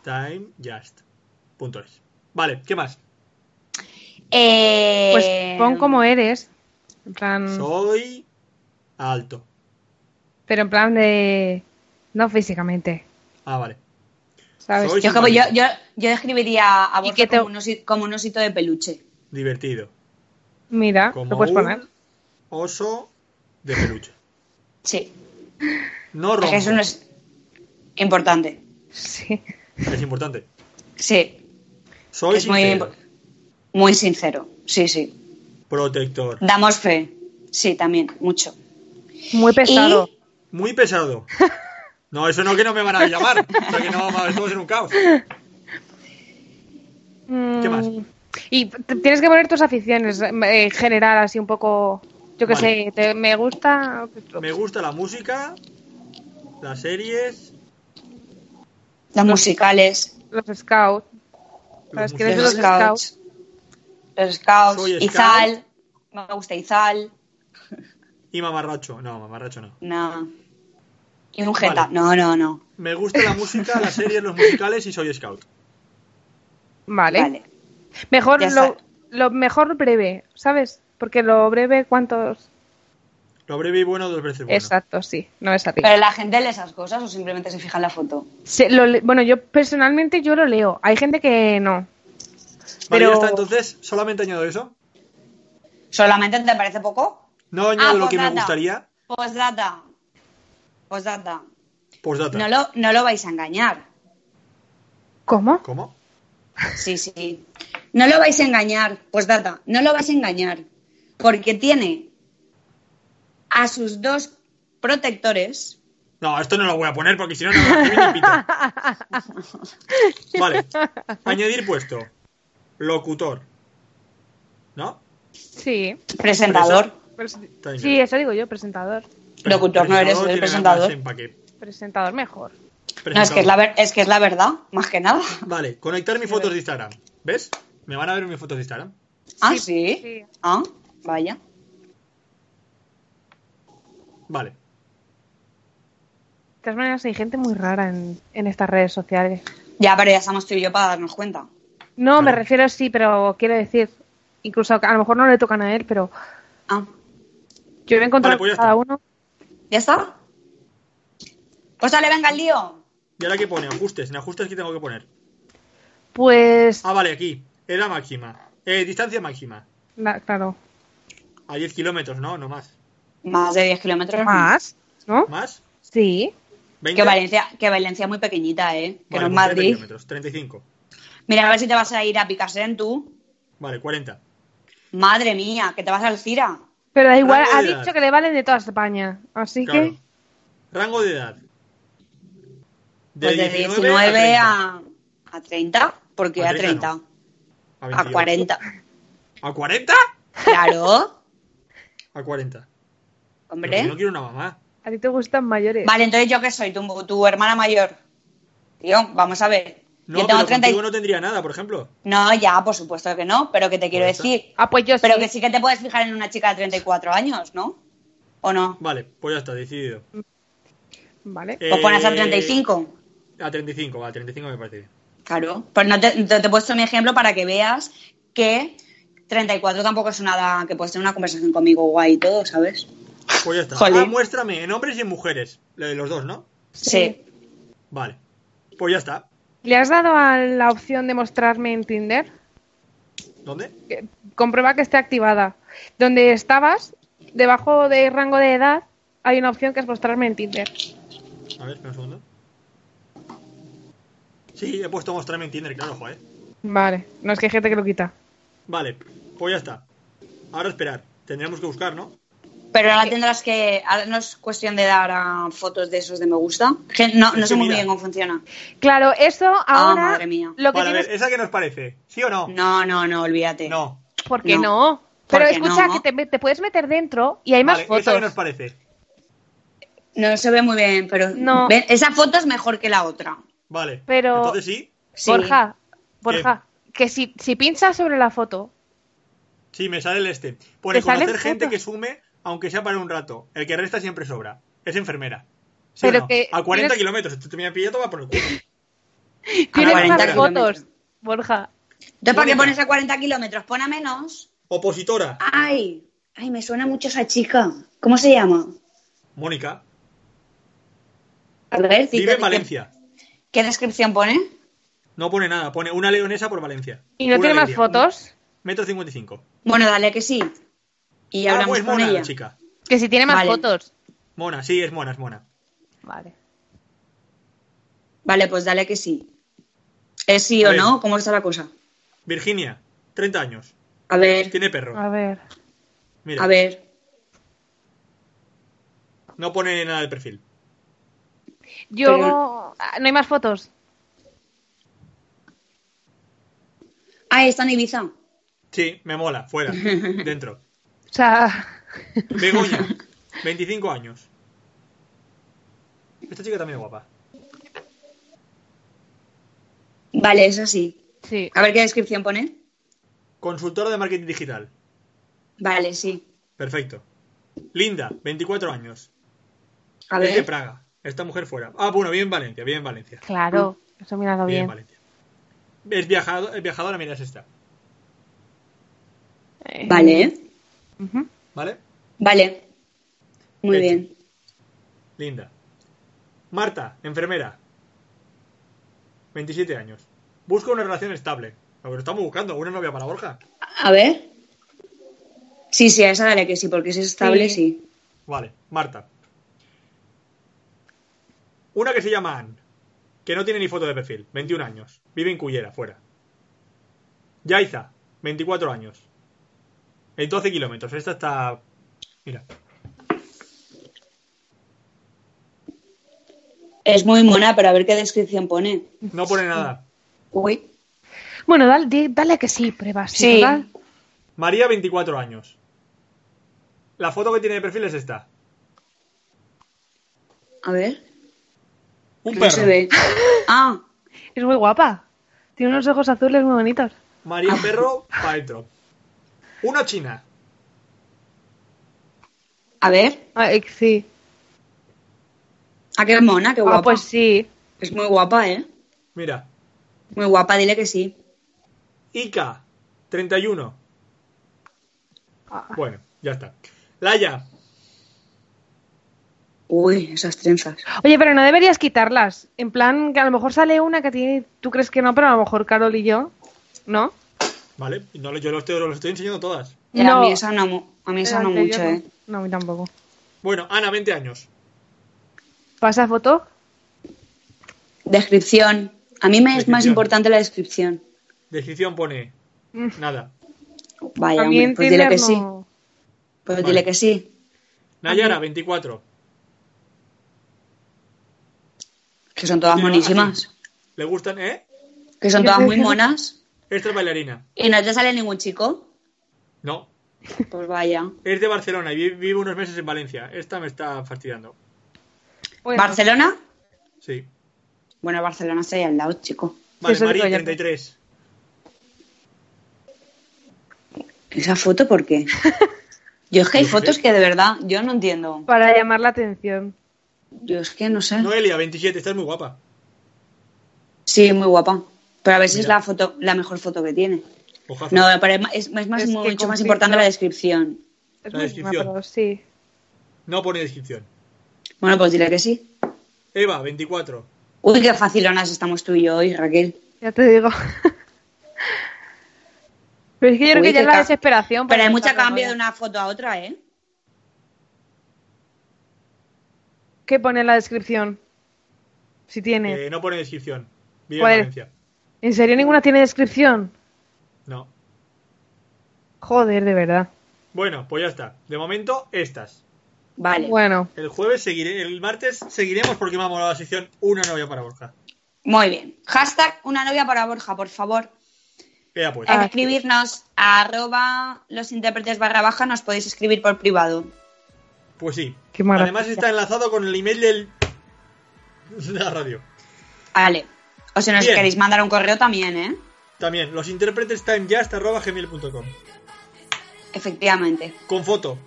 Speaker 1: timejust.es. Vale, ¿qué más?
Speaker 5: Eh,
Speaker 4: Pues pon como eres. En plan,
Speaker 5: Mm.
Speaker 1: Soy alto.
Speaker 4: pero en plan de. No físicamente,
Speaker 1: Ah, vale.
Speaker 4: ¿sabes?
Speaker 1: Soy
Speaker 5: Yo, como- yo,
Speaker 1: simpático,
Speaker 5: yo, yo describiría a Borja
Speaker 4: que te-
Speaker 5: como, un osi- como un osito de peluche.
Speaker 1: Divertido.
Speaker 4: Mira,
Speaker 1: Como
Speaker 4: lo puedes
Speaker 1: un
Speaker 4: poner.
Speaker 1: oso de peluche.
Speaker 5: Sí.
Speaker 1: No
Speaker 5: Es
Speaker 1: rompo.
Speaker 5: que eso no es importante.
Speaker 4: Sí.
Speaker 1: Es importante.
Speaker 5: Sí.
Speaker 1: Soy
Speaker 5: es muy,
Speaker 1: sincero.
Speaker 5: impo- muy sincero. Sí, sí.
Speaker 1: protector.
Speaker 5: Damos fe. Sí, también. Mucho.
Speaker 4: Muy pesado.
Speaker 5: Y-
Speaker 1: Muy
Speaker 5: *laughs*
Speaker 1: pesado. No, eso no que no me van a llamar. O sea que no, vamos, esto va a ser un caos.
Speaker 4: ¿Qué
Speaker 1: más?
Speaker 4: Mm. Y t- tienes que poner tus aficiones eh, en general, así un poco. Yo qué
Speaker 1: Vale.
Speaker 4: sé, te- me gusta.
Speaker 1: Me gusta la música, las series,
Speaker 5: Los musicales.
Speaker 4: Los scouts.
Speaker 1: los
Speaker 4: Las que
Speaker 1: museos.
Speaker 5: Los
Speaker 4: Los
Speaker 5: scouts. Los scouts.
Speaker 1: Soy scout.
Speaker 5: Izal. Me gusta Izal.
Speaker 1: y mamarracho. No, mamarracho no.
Speaker 5: No. Y un jeta.
Speaker 1: Vale.
Speaker 5: No, no, no.
Speaker 1: Me gusta la música, las series, los musicales y soy scout.
Speaker 4: Vale.
Speaker 5: Vale.
Speaker 4: Mejor
Speaker 5: Ya
Speaker 4: lo,
Speaker 5: está.
Speaker 4: lo mejor breve, ¿sabes? Porque lo breve, ¿cuántos?
Speaker 1: Lo breve y bueno dos veces bueno.
Speaker 4: Exacto, sí. No es a ti.
Speaker 5: Pero la gente lee esas cosas o simplemente se fija en la foto.
Speaker 4: Se- lo le- bueno, yo personalmente yo lo leo. Hay gente que no.
Speaker 1: Vale, ya
Speaker 4: pero-
Speaker 1: está, entonces, solamente añado eso.
Speaker 5: ¿Solamente te parece poco?
Speaker 1: No añado lo
Speaker 5: pues
Speaker 1: que me
Speaker 5: nada.
Speaker 1: gustaría.
Speaker 5: Postdata. Postdata.
Speaker 1: Postdata.
Speaker 5: No lo, no lo vais a engañar.
Speaker 4: ¿Cómo?
Speaker 1: ¿Cómo?
Speaker 5: Sí, sí. No lo vais a engañar. Postdata. No lo vais a engañar. Porque tiene a sus dos protectores.
Speaker 1: No, esto no lo voy a poner porque si no, no me lo ni
Speaker 5: *laughs*
Speaker 1: pito. Vale. Añadir puesto. Locutor. ¿No?
Speaker 4: Sí.
Speaker 5: Presentador.
Speaker 4: Pres-
Speaker 1: Timer.
Speaker 4: Sí, eso digo yo, presentador.
Speaker 5: Locutor no eres,
Speaker 1: Presentador
Speaker 5: eres
Speaker 1: tiene
Speaker 5: presentador.
Speaker 1: más empaque.
Speaker 4: Presentador mejor.
Speaker 5: No, es que es, la
Speaker 1: Presentador.
Speaker 5: ver- es que es la verdad, más que nada.
Speaker 1: Vale, conectar mis fotos de Instagram. ¿Ves? Me van a ver mis fotos de Instagram.
Speaker 5: Ah, sí.
Speaker 4: sí.
Speaker 5: Ah, vaya.
Speaker 1: Vale.
Speaker 4: De todas maneras, hay gente muy rara en, en estas redes sociales.
Speaker 5: Ya, pero ya estamos tú y yo para darnos cuenta.
Speaker 4: No, me
Speaker 1: Claro.
Speaker 4: refiero sí, pero quiero decir, incluso a lo mejor no le tocan a él, pero
Speaker 5: Ah,
Speaker 4: yo he encontrado
Speaker 1: Vale, pues ya
Speaker 4: cada
Speaker 1: está.
Speaker 4: uno.
Speaker 5: ¿ya está? Pues dale, venga el lío.
Speaker 1: ¿Y ahora qué pone? Ajustes. ¿En ajustes qué tengo que poner?
Speaker 4: Pues,
Speaker 1: Ah, vale, aquí. Edad máxima. Eh, distancia máxima.
Speaker 4: la- claro.
Speaker 1: A 10 kilómetros, ¿no? No más.
Speaker 5: Más de 10 kilómetros.
Speaker 4: ¿no?
Speaker 1: ¿Más?
Speaker 4: Sí.
Speaker 1: 20.
Speaker 5: Que Valencia, que Valencia es muy pequeñita, ¿eh? Que
Speaker 1: Vale, pues
Speaker 5: no es
Speaker 1: 30
Speaker 5: Madrid.
Speaker 1: kilómetros. 35.
Speaker 5: Mira, a ver si te vas a ir a Picasen tú.
Speaker 1: Vale, 40.
Speaker 5: Madre mía, que te vas al Cira.
Speaker 4: Pero da igual,
Speaker 1: Rango
Speaker 4: ha
Speaker 1: de edad.
Speaker 4: dicho que le valen de toda España. Así
Speaker 1: Claro.
Speaker 4: que,
Speaker 1: Rango de edad. De
Speaker 5: Pues de 19, a, a 30, porque
Speaker 1: A
Speaker 5: a
Speaker 1: 30
Speaker 5: 30,
Speaker 1: no,
Speaker 5: a
Speaker 1: 28.
Speaker 5: 40.
Speaker 1: ¿A 40? *laughs*
Speaker 5: Claro,
Speaker 1: A 40. Pero
Speaker 5: hombre.
Speaker 1: yo no quiero una mamá.
Speaker 4: A ti te gustan mayores.
Speaker 5: Vale, entonces yo qué soy, tu, tu hermana mayor. Tío, vamos a ver.
Speaker 1: No,
Speaker 5: yo
Speaker 1: pero
Speaker 5: tengo 30 y-
Speaker 1: contigo no tendría nada, por ejemplo.
Speaker 5: No, ya, por supuesto que no, pero que te quiero
Speaker 1: Ahí está.
Speaker 5: decir.
Speaker 4: Ah, pues yo
Speaker 5: Pero
Speaker 4: sí.
Speaker 5: que sí que te puedes fijar en una chica de 34 años, ¿no? ¿O no?
Speaker 1: Vale, pues ya está, decidido.
Speaker 4: Vale.
Speaker 5: Pues pones a
Speaker 1: Eh,
Speaker 5: 35.
Speaker 1: A 35, va, a 35 me
Speaker 4: *laughs*
Speaker 1: parece bien.
Speaker 5: Claro. Pues no te, te- te he puesto mi ejemplo para que veas que 34 tampoco es nada que puedes tener una conversación conmigo guay y todo, ¿sabes?
Speaker 1: Pues ya está.
Speaker 5: Jolín.
Speaker 1: Ah, muéstrame, en hombres y en mujeres. Lo de Los dos, ¿no?
Speaker 5: Sí.
Speaker 1: Vale. Pues ya está.
Speaker 4: ¿Le has dado a la opción de mostrarme en Tinder?
Speaker 1: ¿Dónde?
Speaker 4: Que- Comprueba que esté activada. Donde estabas, debajo de rango de edad, hay una opción que es mostrarme en Tinder.
Speaker 1: A ver, espera un segundo. Sí, he puesto mostrarme en Tinder, claro, joder.
Speaker 4: Vale. No es que hay gente que lo quita.
Speaker 1: Vale, pues ya está. Ahora esperar. Tendremos que buscar, ¿no?
Speaker 5: Pero ahora tendrás que. Ahora no es cuestión de dar a fotos de esos de me gusta. Que No,
Speaker 1: Es
Speaker 5: no
Speaker 1: que
Speaker 5: sé muy
Speaker 1: mira.
Speaker 5: bien cómo funciona.
Speaker 4: Claro, eso ahora.
Speaker 5: Ah, madre mía.
Speaker 4: Lo que
Speaker 1: Vale, a ver,
Speaker 4: tienes.
Speaker 1: ¿esa que nos parece? ¿Sí o no?
Speaker 5: No, no, no, olvídate.
Speaker 1: No.
Speaker 4: ¿Por qué no?
Speaker 5: No.
Speaker 4: Pero
Speaker 5: Porque
Speaker 4: escucha,
Speaker 5: no.
Speaker 4: que te, me- te puedes meter dentro y hay más
Speaker 1: Vale, ¿esa que nos
Speaker 4: fotos.
Speaker 1: parece?
Speaker 5: No se ve muy bien, pero.
Speaker 4: No.
Speaker 5: Ven, Esa foto es mejor que la otra.
Speaker 1: Vale.
Speaker 4: Pero-
Speaker 1: Entonces sí,
Speaker 5: Sí.
Speaker 4: Borja, Borja, que si, si pinchas sobre la foto,
Speaker 1: sí, me sale el este. Pone
Speaker 4: Te salen
Speaker 1: conocer gente
Speaker 4: fotos.
Speaker 1: que sume, aunque sea para un rato. El que resta siempre sobra. Es enfermera. ¿Sí
Speaker 4: Pero
Speaker 1: o no?
Speaker 4: que
Speaker 1: A 40
Speaker 4: tienes-
Speaker 1: kilómetros. Esto te me pilla todo va por el culo.
Speaker 4: tienes
Speaker 5: 40
Speaker 4: más
Speaker 5: kilómetros.
Speaker 4: fotos. Borja,
Speaker 5: Entonces, ¿para qué
Speaker 1: Mónica.
Speaker 5: pones a 40 kilómetros? Pon a menos.
Speaker 1: Opositora.
Speaker 5: Ay, ay, me suena mucho esa chica. ¿Cómo se llama?
Speaker 1: Mónica.
Speaker 5: A ver,
Speaker 1: Vive
Speaker 5: cita-
Speaker 1: en Valencia.
Speaker 5: ¿Qué, qué descripción pone?
Speaker 1: No pone nada. Pone una leonesa por Valencia.
Speaker 4: ¿y no
Speaker 1: Una
Speaker 4: tiene más
Speaker 1: alegría.
Speaker 4: fotos?
Speaker 1: Metro 55.
Speaker 5: Bueno, dale que sí. Y
Speaker 1: Ah,
Speaker 5: hablamos
Speaker 1: pues
Speaker 5: con
Speaker 1: mona
Speaker 5: ella.
Speaker 1: la chica.
Speaker 4: Que si tiene más
Speaker 5: Vale.
Speaker 4: fotos.
Speaker 1: Mona, sí, es mona, es mona.
Speaker 4: Vale.
Speaker 5: Vale, pues dale que sí. ¿Es sí
Speaker 1: A
Speaker 5: o
Speaker 1: ver.
Speaker 5: no? ¿Cómo está la cosa?
Speaker 1: Virginia, 30 años.
Speaker 5: A ver,
Speaker 1: Tiene perro.
Speaker 4: A ver.
Speaker 1: Mira,
Speaker 5: a ver.
Speaker 1: no pone nada de perfil.
Speaker 4: Yo.
Speaker 5: Pero-
Speaker 4: Ah, No hay más fotos.
Speaker 5: Ah, está en Ibiza.
Speaker 1: Sí, me mola,
Speaker 5: *laughs*
Speaker 1: fuera, dentro.
Speaker 4: O sea,
Speaker 1: Begoña,
Speaker 5: *laughs*
Speaker 1: 25 años. Esta chica también es guapa.
Speaker 5: Vale, eso sí.
Speaker 4: sí.
Speaker 5: A ver qué descripción pone.
Speaker 1: Consultora de marketing digital.
Speaker 5: Vale, sí.
Speaker 1: Perfecto. Linda, 24 años.
Speaker 5: A
Speaker 1: Es de
Speaker 5: ver.
Speaker 1: Praga. Esta mujer fuera. Ah, bueno, bien en Valencia, bien en Valencia.
Speaker 4: Claro,
Speaker 5: Mm.
Speaker 4: eso mirado
Speaker 1: Bien en
Speaker 4: bien.
Speaker 1: Valencia. Es, viajado, es viajadora, mira, es esta.
Speaker 4: Eh,
Speaker 5: Vale,
Speaker 4: ujú.
Speaker 1: ¿Vale?
Speaker 5: vale. Muy
Speaker 1: Hecho.
Speaker 5: bien.
Speaker 1: Linda. Marta, enfermera. 27 años. Busca una relación estable. Lo que lo estamos buscando, una novia para Borja.
Speaker 5: A ver. Sí, sí, a esa dale que sí, porque si es estable,
Speaker 4: Sí.
Speaker 5: sí.
Speaker 1: Vale, Marta. Una que se llama Ann, que no tiene ni foto de perfil, 21 años. Vive en Cullera, fuera. Yaiza, 24 años. En 12 kilómetros. Esta está. Mira.
Speaker 5: Es muy mona, pero a ver qué descripción pone.
Speaker 1: No pone nada.
Speaker 5: Uy.
Speaker 4: Bueno, dale, di- dale que sí, pruebas.
Speaker 5: Sí.
Speaker 1: María, 24 años. La foto que tiene de perfil es esta.
Speaker 5: A ver.
Speaker 1: Un
Speaker 5: No se
Speaker 1: perro. *laughs*
Speaker 5: ve. Ah,
Speaker 4: Es muy guapa. Tiene unos ojos azules muy bonitos.
Speaker 1: María Perro, para adentro. Una china.
Speaker 5: a ver.
Speaker 4: Ay, sí.
Speaker 5: Ah, qué mona, qué guapa.
Speaker 4: Ah, pues sí.
Speaker 5: Es muy guapa, ¿eh?
Speaker 1: Mira.
Speaker 5: Muy guapa, dile que sí.
Speaker 1: Ica, 31.
Speaker 4: Ah.
Speaker 1: Bueno, ya está. Laia,
Speaker 5: Uy, esas trenzas.
Speaker 4: Oye, pero no deberías quitarlas. En plan, que a lo mejor sale una que tiene, tú crees que no, pero a lo mejor Carol y yo, ¿no.
Speaker 1: Vale, no, yo lo estoy, lo estoy enseñando todas.
Speaker 5: Ya,
Speaker 4: No.
Speaker 5: A mí esa no, mu- a mí esa
Speaker 4: Pero
Speaker 5: no
Speaker 4: anterior
Speaker 5: mucho,
Speaker 4: no.
Speaker 5: ¿eh?
Speaker 4: No, a mí tampoco.
Speaker 1: Bueno, Ana, 20 años.
Speaker 4: ¿Pasa foto?
Speaker 5: Descripción. A mí me es más
Speaker 1: Descripción.
Speaker 5: importante la descripción.
Speaker 1: Descripción pone
Speaker 4: Mm.
Speaker 1: nada.
Speaker 5: Vaya,
Speaker 4: a mí
Speaker 5: hombre,
Speaker 4: en
Speaker 5: pues dile
Speaker 4: Tinder
Speaker 5: que sí.
Speaker 4: no.
Speaker 5: Pues
Speaker 1: Vale.
Speaker 5: dile que sí.
Speaker 1: Nayara, 24.
Speaker 5: Que son todas
Speaker 1: Sí, ¿no?
Speaker 5: monísimas.
Speaker 1: ¿Le gustan, eh?
Speaker 5: Que son
Speaker 4: Yo
Speaker 5: todas
Speaker 4: creo
Speaker 5: muy
Speaker 4: que no.
Speaker 5: monas.
Speaker 1: Esta es bailarina.
Speaker 5: Y no te sale ningún chico.
Speaker 1: No,
Speaker 5: Pues vaya.
Speaker 1: es de Barcelona y vi- vive unos meses en Valencia. Esta me está fastidiando.
Speaker 4: Bueno,
Speaker 5: ¿Barcelona?
Speaker 1: Sí.
Speaker 5: Bueno, Barcelona está ahí al lado, chico.
Speaker 1: Vale,
Speaker 4: Eso
Speaker 1: Mari,
Speaker 4: digo yo.
Speaker 1: 33.
Speaker 5: ¿Esa foto por
Speaker 4: *laughs*
Speaker 5: qué? Yo es que hay
Speaker 1: No sé.
Speaker 5: fotos que de verdad yo no entiendo.
Speaker 4: Para llamar la atención.
Speaker 5: Yo es que no sé.
Speaker 1: Noelia, 27. Estás muy guapa.
Speaker 5: Sí, muy guapa. Pero a veces es
Speaker 1: Mira.
Speaker 5: la foto, la mejor foto que tiene.
Speaker 1: Ojazo.
Speaker 5: No, pero es ma- es, es más,
Speaker 4: Es que
Speaker 5: mucho más
Speaker 4: confirma-
Speaker 5: importante la descripción.
Speaker 4: Es
Speaker 1: La
Speaker 4: muy
Speaker 1: descripción.
Speaker 4: buena, pero sí.
Speaker 1: No pone descripción.
Speaker 5: Bueno, pues dile que sí.
Speaker 1: Eva, 24.
Speaker 5: Uy, qué facilonas estamos tú y yo hoy, Raquel.
Speaker 4: Ya te digo. *laughs* Pero es que yo creo
Speaker 5: Uy,
Speaker 4: que
Speaker 5: qué
Speaker 4: ya es la
Speaker 5: ca-
Speaker 4: desesperación.
Speaker 5: Pero hay
Speaker 4: para
Speaker 5: mucho
Speaker 4: sacarlo
Speaker 5: cambio
Speaker 4: ya.
Speaker 5: de una foto a otra, ¿eh?
Speaker 4: ¿Qué pone en la descripción? Si tiene.
Speaker 1: Eh, no pone descripción. Vive
Speaker 4: Joder.
Speaker 1: en Valencia.
Speaker 4: ¿En serio ninguna tiene descripción?
Speaker 1: No.
Speaker 4: Joder, de verdad.
Speaker 1: Bueno, pues ya está. De momento, estas.
Speaker 5: Vale.
Speaker 4: Bueno,
Speaker 1: El jueves seguiré, el martes seguiremos porque me ha molado la sección Una novia para Borja.
Speaker 5: Muy bien. Hashtag una novia para Borja, por favor.
Speaker 1: Ea pues.
Speaker 4: Ah.
Speaker 5: Escribirnos a arroba los intérpretes barra baja, nos podéis escribir por privado.
Speaker 1: Pues sí.
Speaker 4: Qué maravilla.
Speaker 1: Además está enlazado con el email del *laughs* la radio.
Speaker 5: Vale. O si nos
Speaker 1: Bien.
Speaker 5: queréis mandar un correo también, ¿eh?
Speaker 1: También, los intérpretes time gmail.com
Speaker 5: Efectivamente.
Speaker 1: Con foto.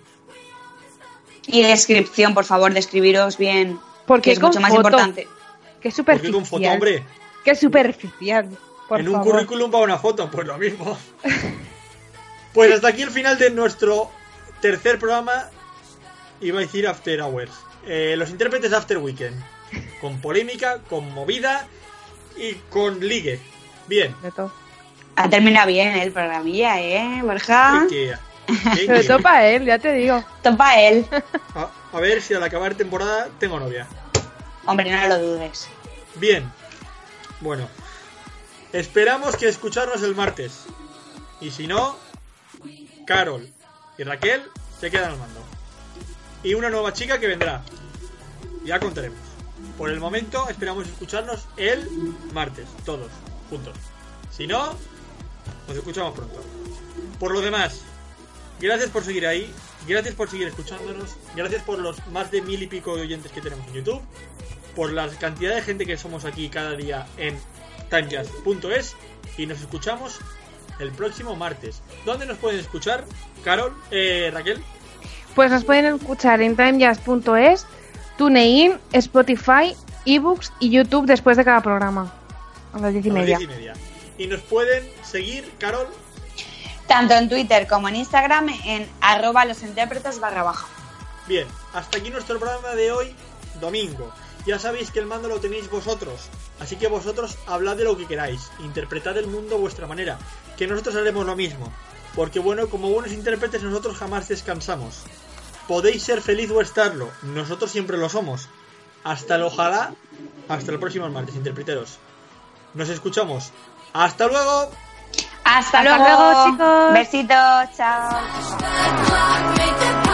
Speaker 5: Y descripción, por favor, describiros bien.
Speaker 4: ¿Por
Speaker 5: que
Speaker 4: qué
Speaker 5: es
Speaker 4: con
Speaker 5: mucho más
Speaker 4: foto?
Speaker 5: importante.
Speaker 4: qué
Speaker 1: ¿Por
Speaker 4: superficial.
Speaker 1: qué con foto, hombre?
Speaker 4: Qué superficial. Por
Speaker 1: en un
Speaker 4: favor.
Speaker 1: currículum va una foto, pues lo mismo. *laughs* pues hasta aquí el final de nuestro tercer programa. Iba a decir After Hours. Eh, los intérpretes After Weekend. Con polémica, con movida y con ligue. Bien.
Speaker 4: Sobre todo,
Speaker 5: Ha terminado bien el programilla, ¿eh,
Speaker 4: Ah.
Speaker 5: Borja?
Speaker 4: *laughs*
Speaker 1: Ikea.
Speaker 4: Sobre
Speaker 1: Ikea.
Speaker 4: todo para él, ya te digo.
Speaker 5: Topa él.
Speaker 1: A, a ver si al acabar temporada tengo novia.
Speaker 5: Hombre, no lo dudes.
Speaker 1: Bien. Bueno. Esperamos que escucharnos el martes. Y si no, Carol y Raquel se quedan al mando. Y una nueva chica que vendrá. Ya contaremos. Por el momento esperamos escucharnos el martes, todos, juntos. Si no, nos escuchamos pronto. Por lo demás, gracias por seguir ahí, gracias por seguir escuchándonos, gracias por los más de mil y pico de oyentes que tenemos en YouTube por la cantidad de gente que somos aquí cada día en timejazz.es y nos escuchamos el próximo martes. ¿Dónde nos pueden escuchar? Carol, eh, Raquel,
Speaker 4: Pues nos pueden escuchar en timejazz.es, TuneIn, Spotify, ebooks y YouTube después de cada programa. A las diez y
Speaker 1: a las
Speaker 4: media.
Speaker 1: diez y media. Y nos pueden seguir, Carol,
Speaker 5: Tanto en Twitter como en Instagram en arroba los intérpretes barra baja.
Speaker 1: Bien, hasta aquí nuestro programa de hoy, domingo. Ya sabéis que el mando lo tenéis vosotros, así que vosotros hablad de lo que queráis, interpretad el mundo a vuestra manera, que nosotros haremos lo mismo, porque bueno, como buenos intérpretes nosotros jamás descansamos. Podéis ser feliz o estarlo, nosotros siempre lo somos. Hasta el ojalá, hasta el próximo martes, interpreteros. Nos escuchamos. ¡Hasta luego!
Speaker 5: Hasta,
Speaker 4: Hasta luego, chicos.
Speaker 5: Besitos, chao.
Speaker 8: Make the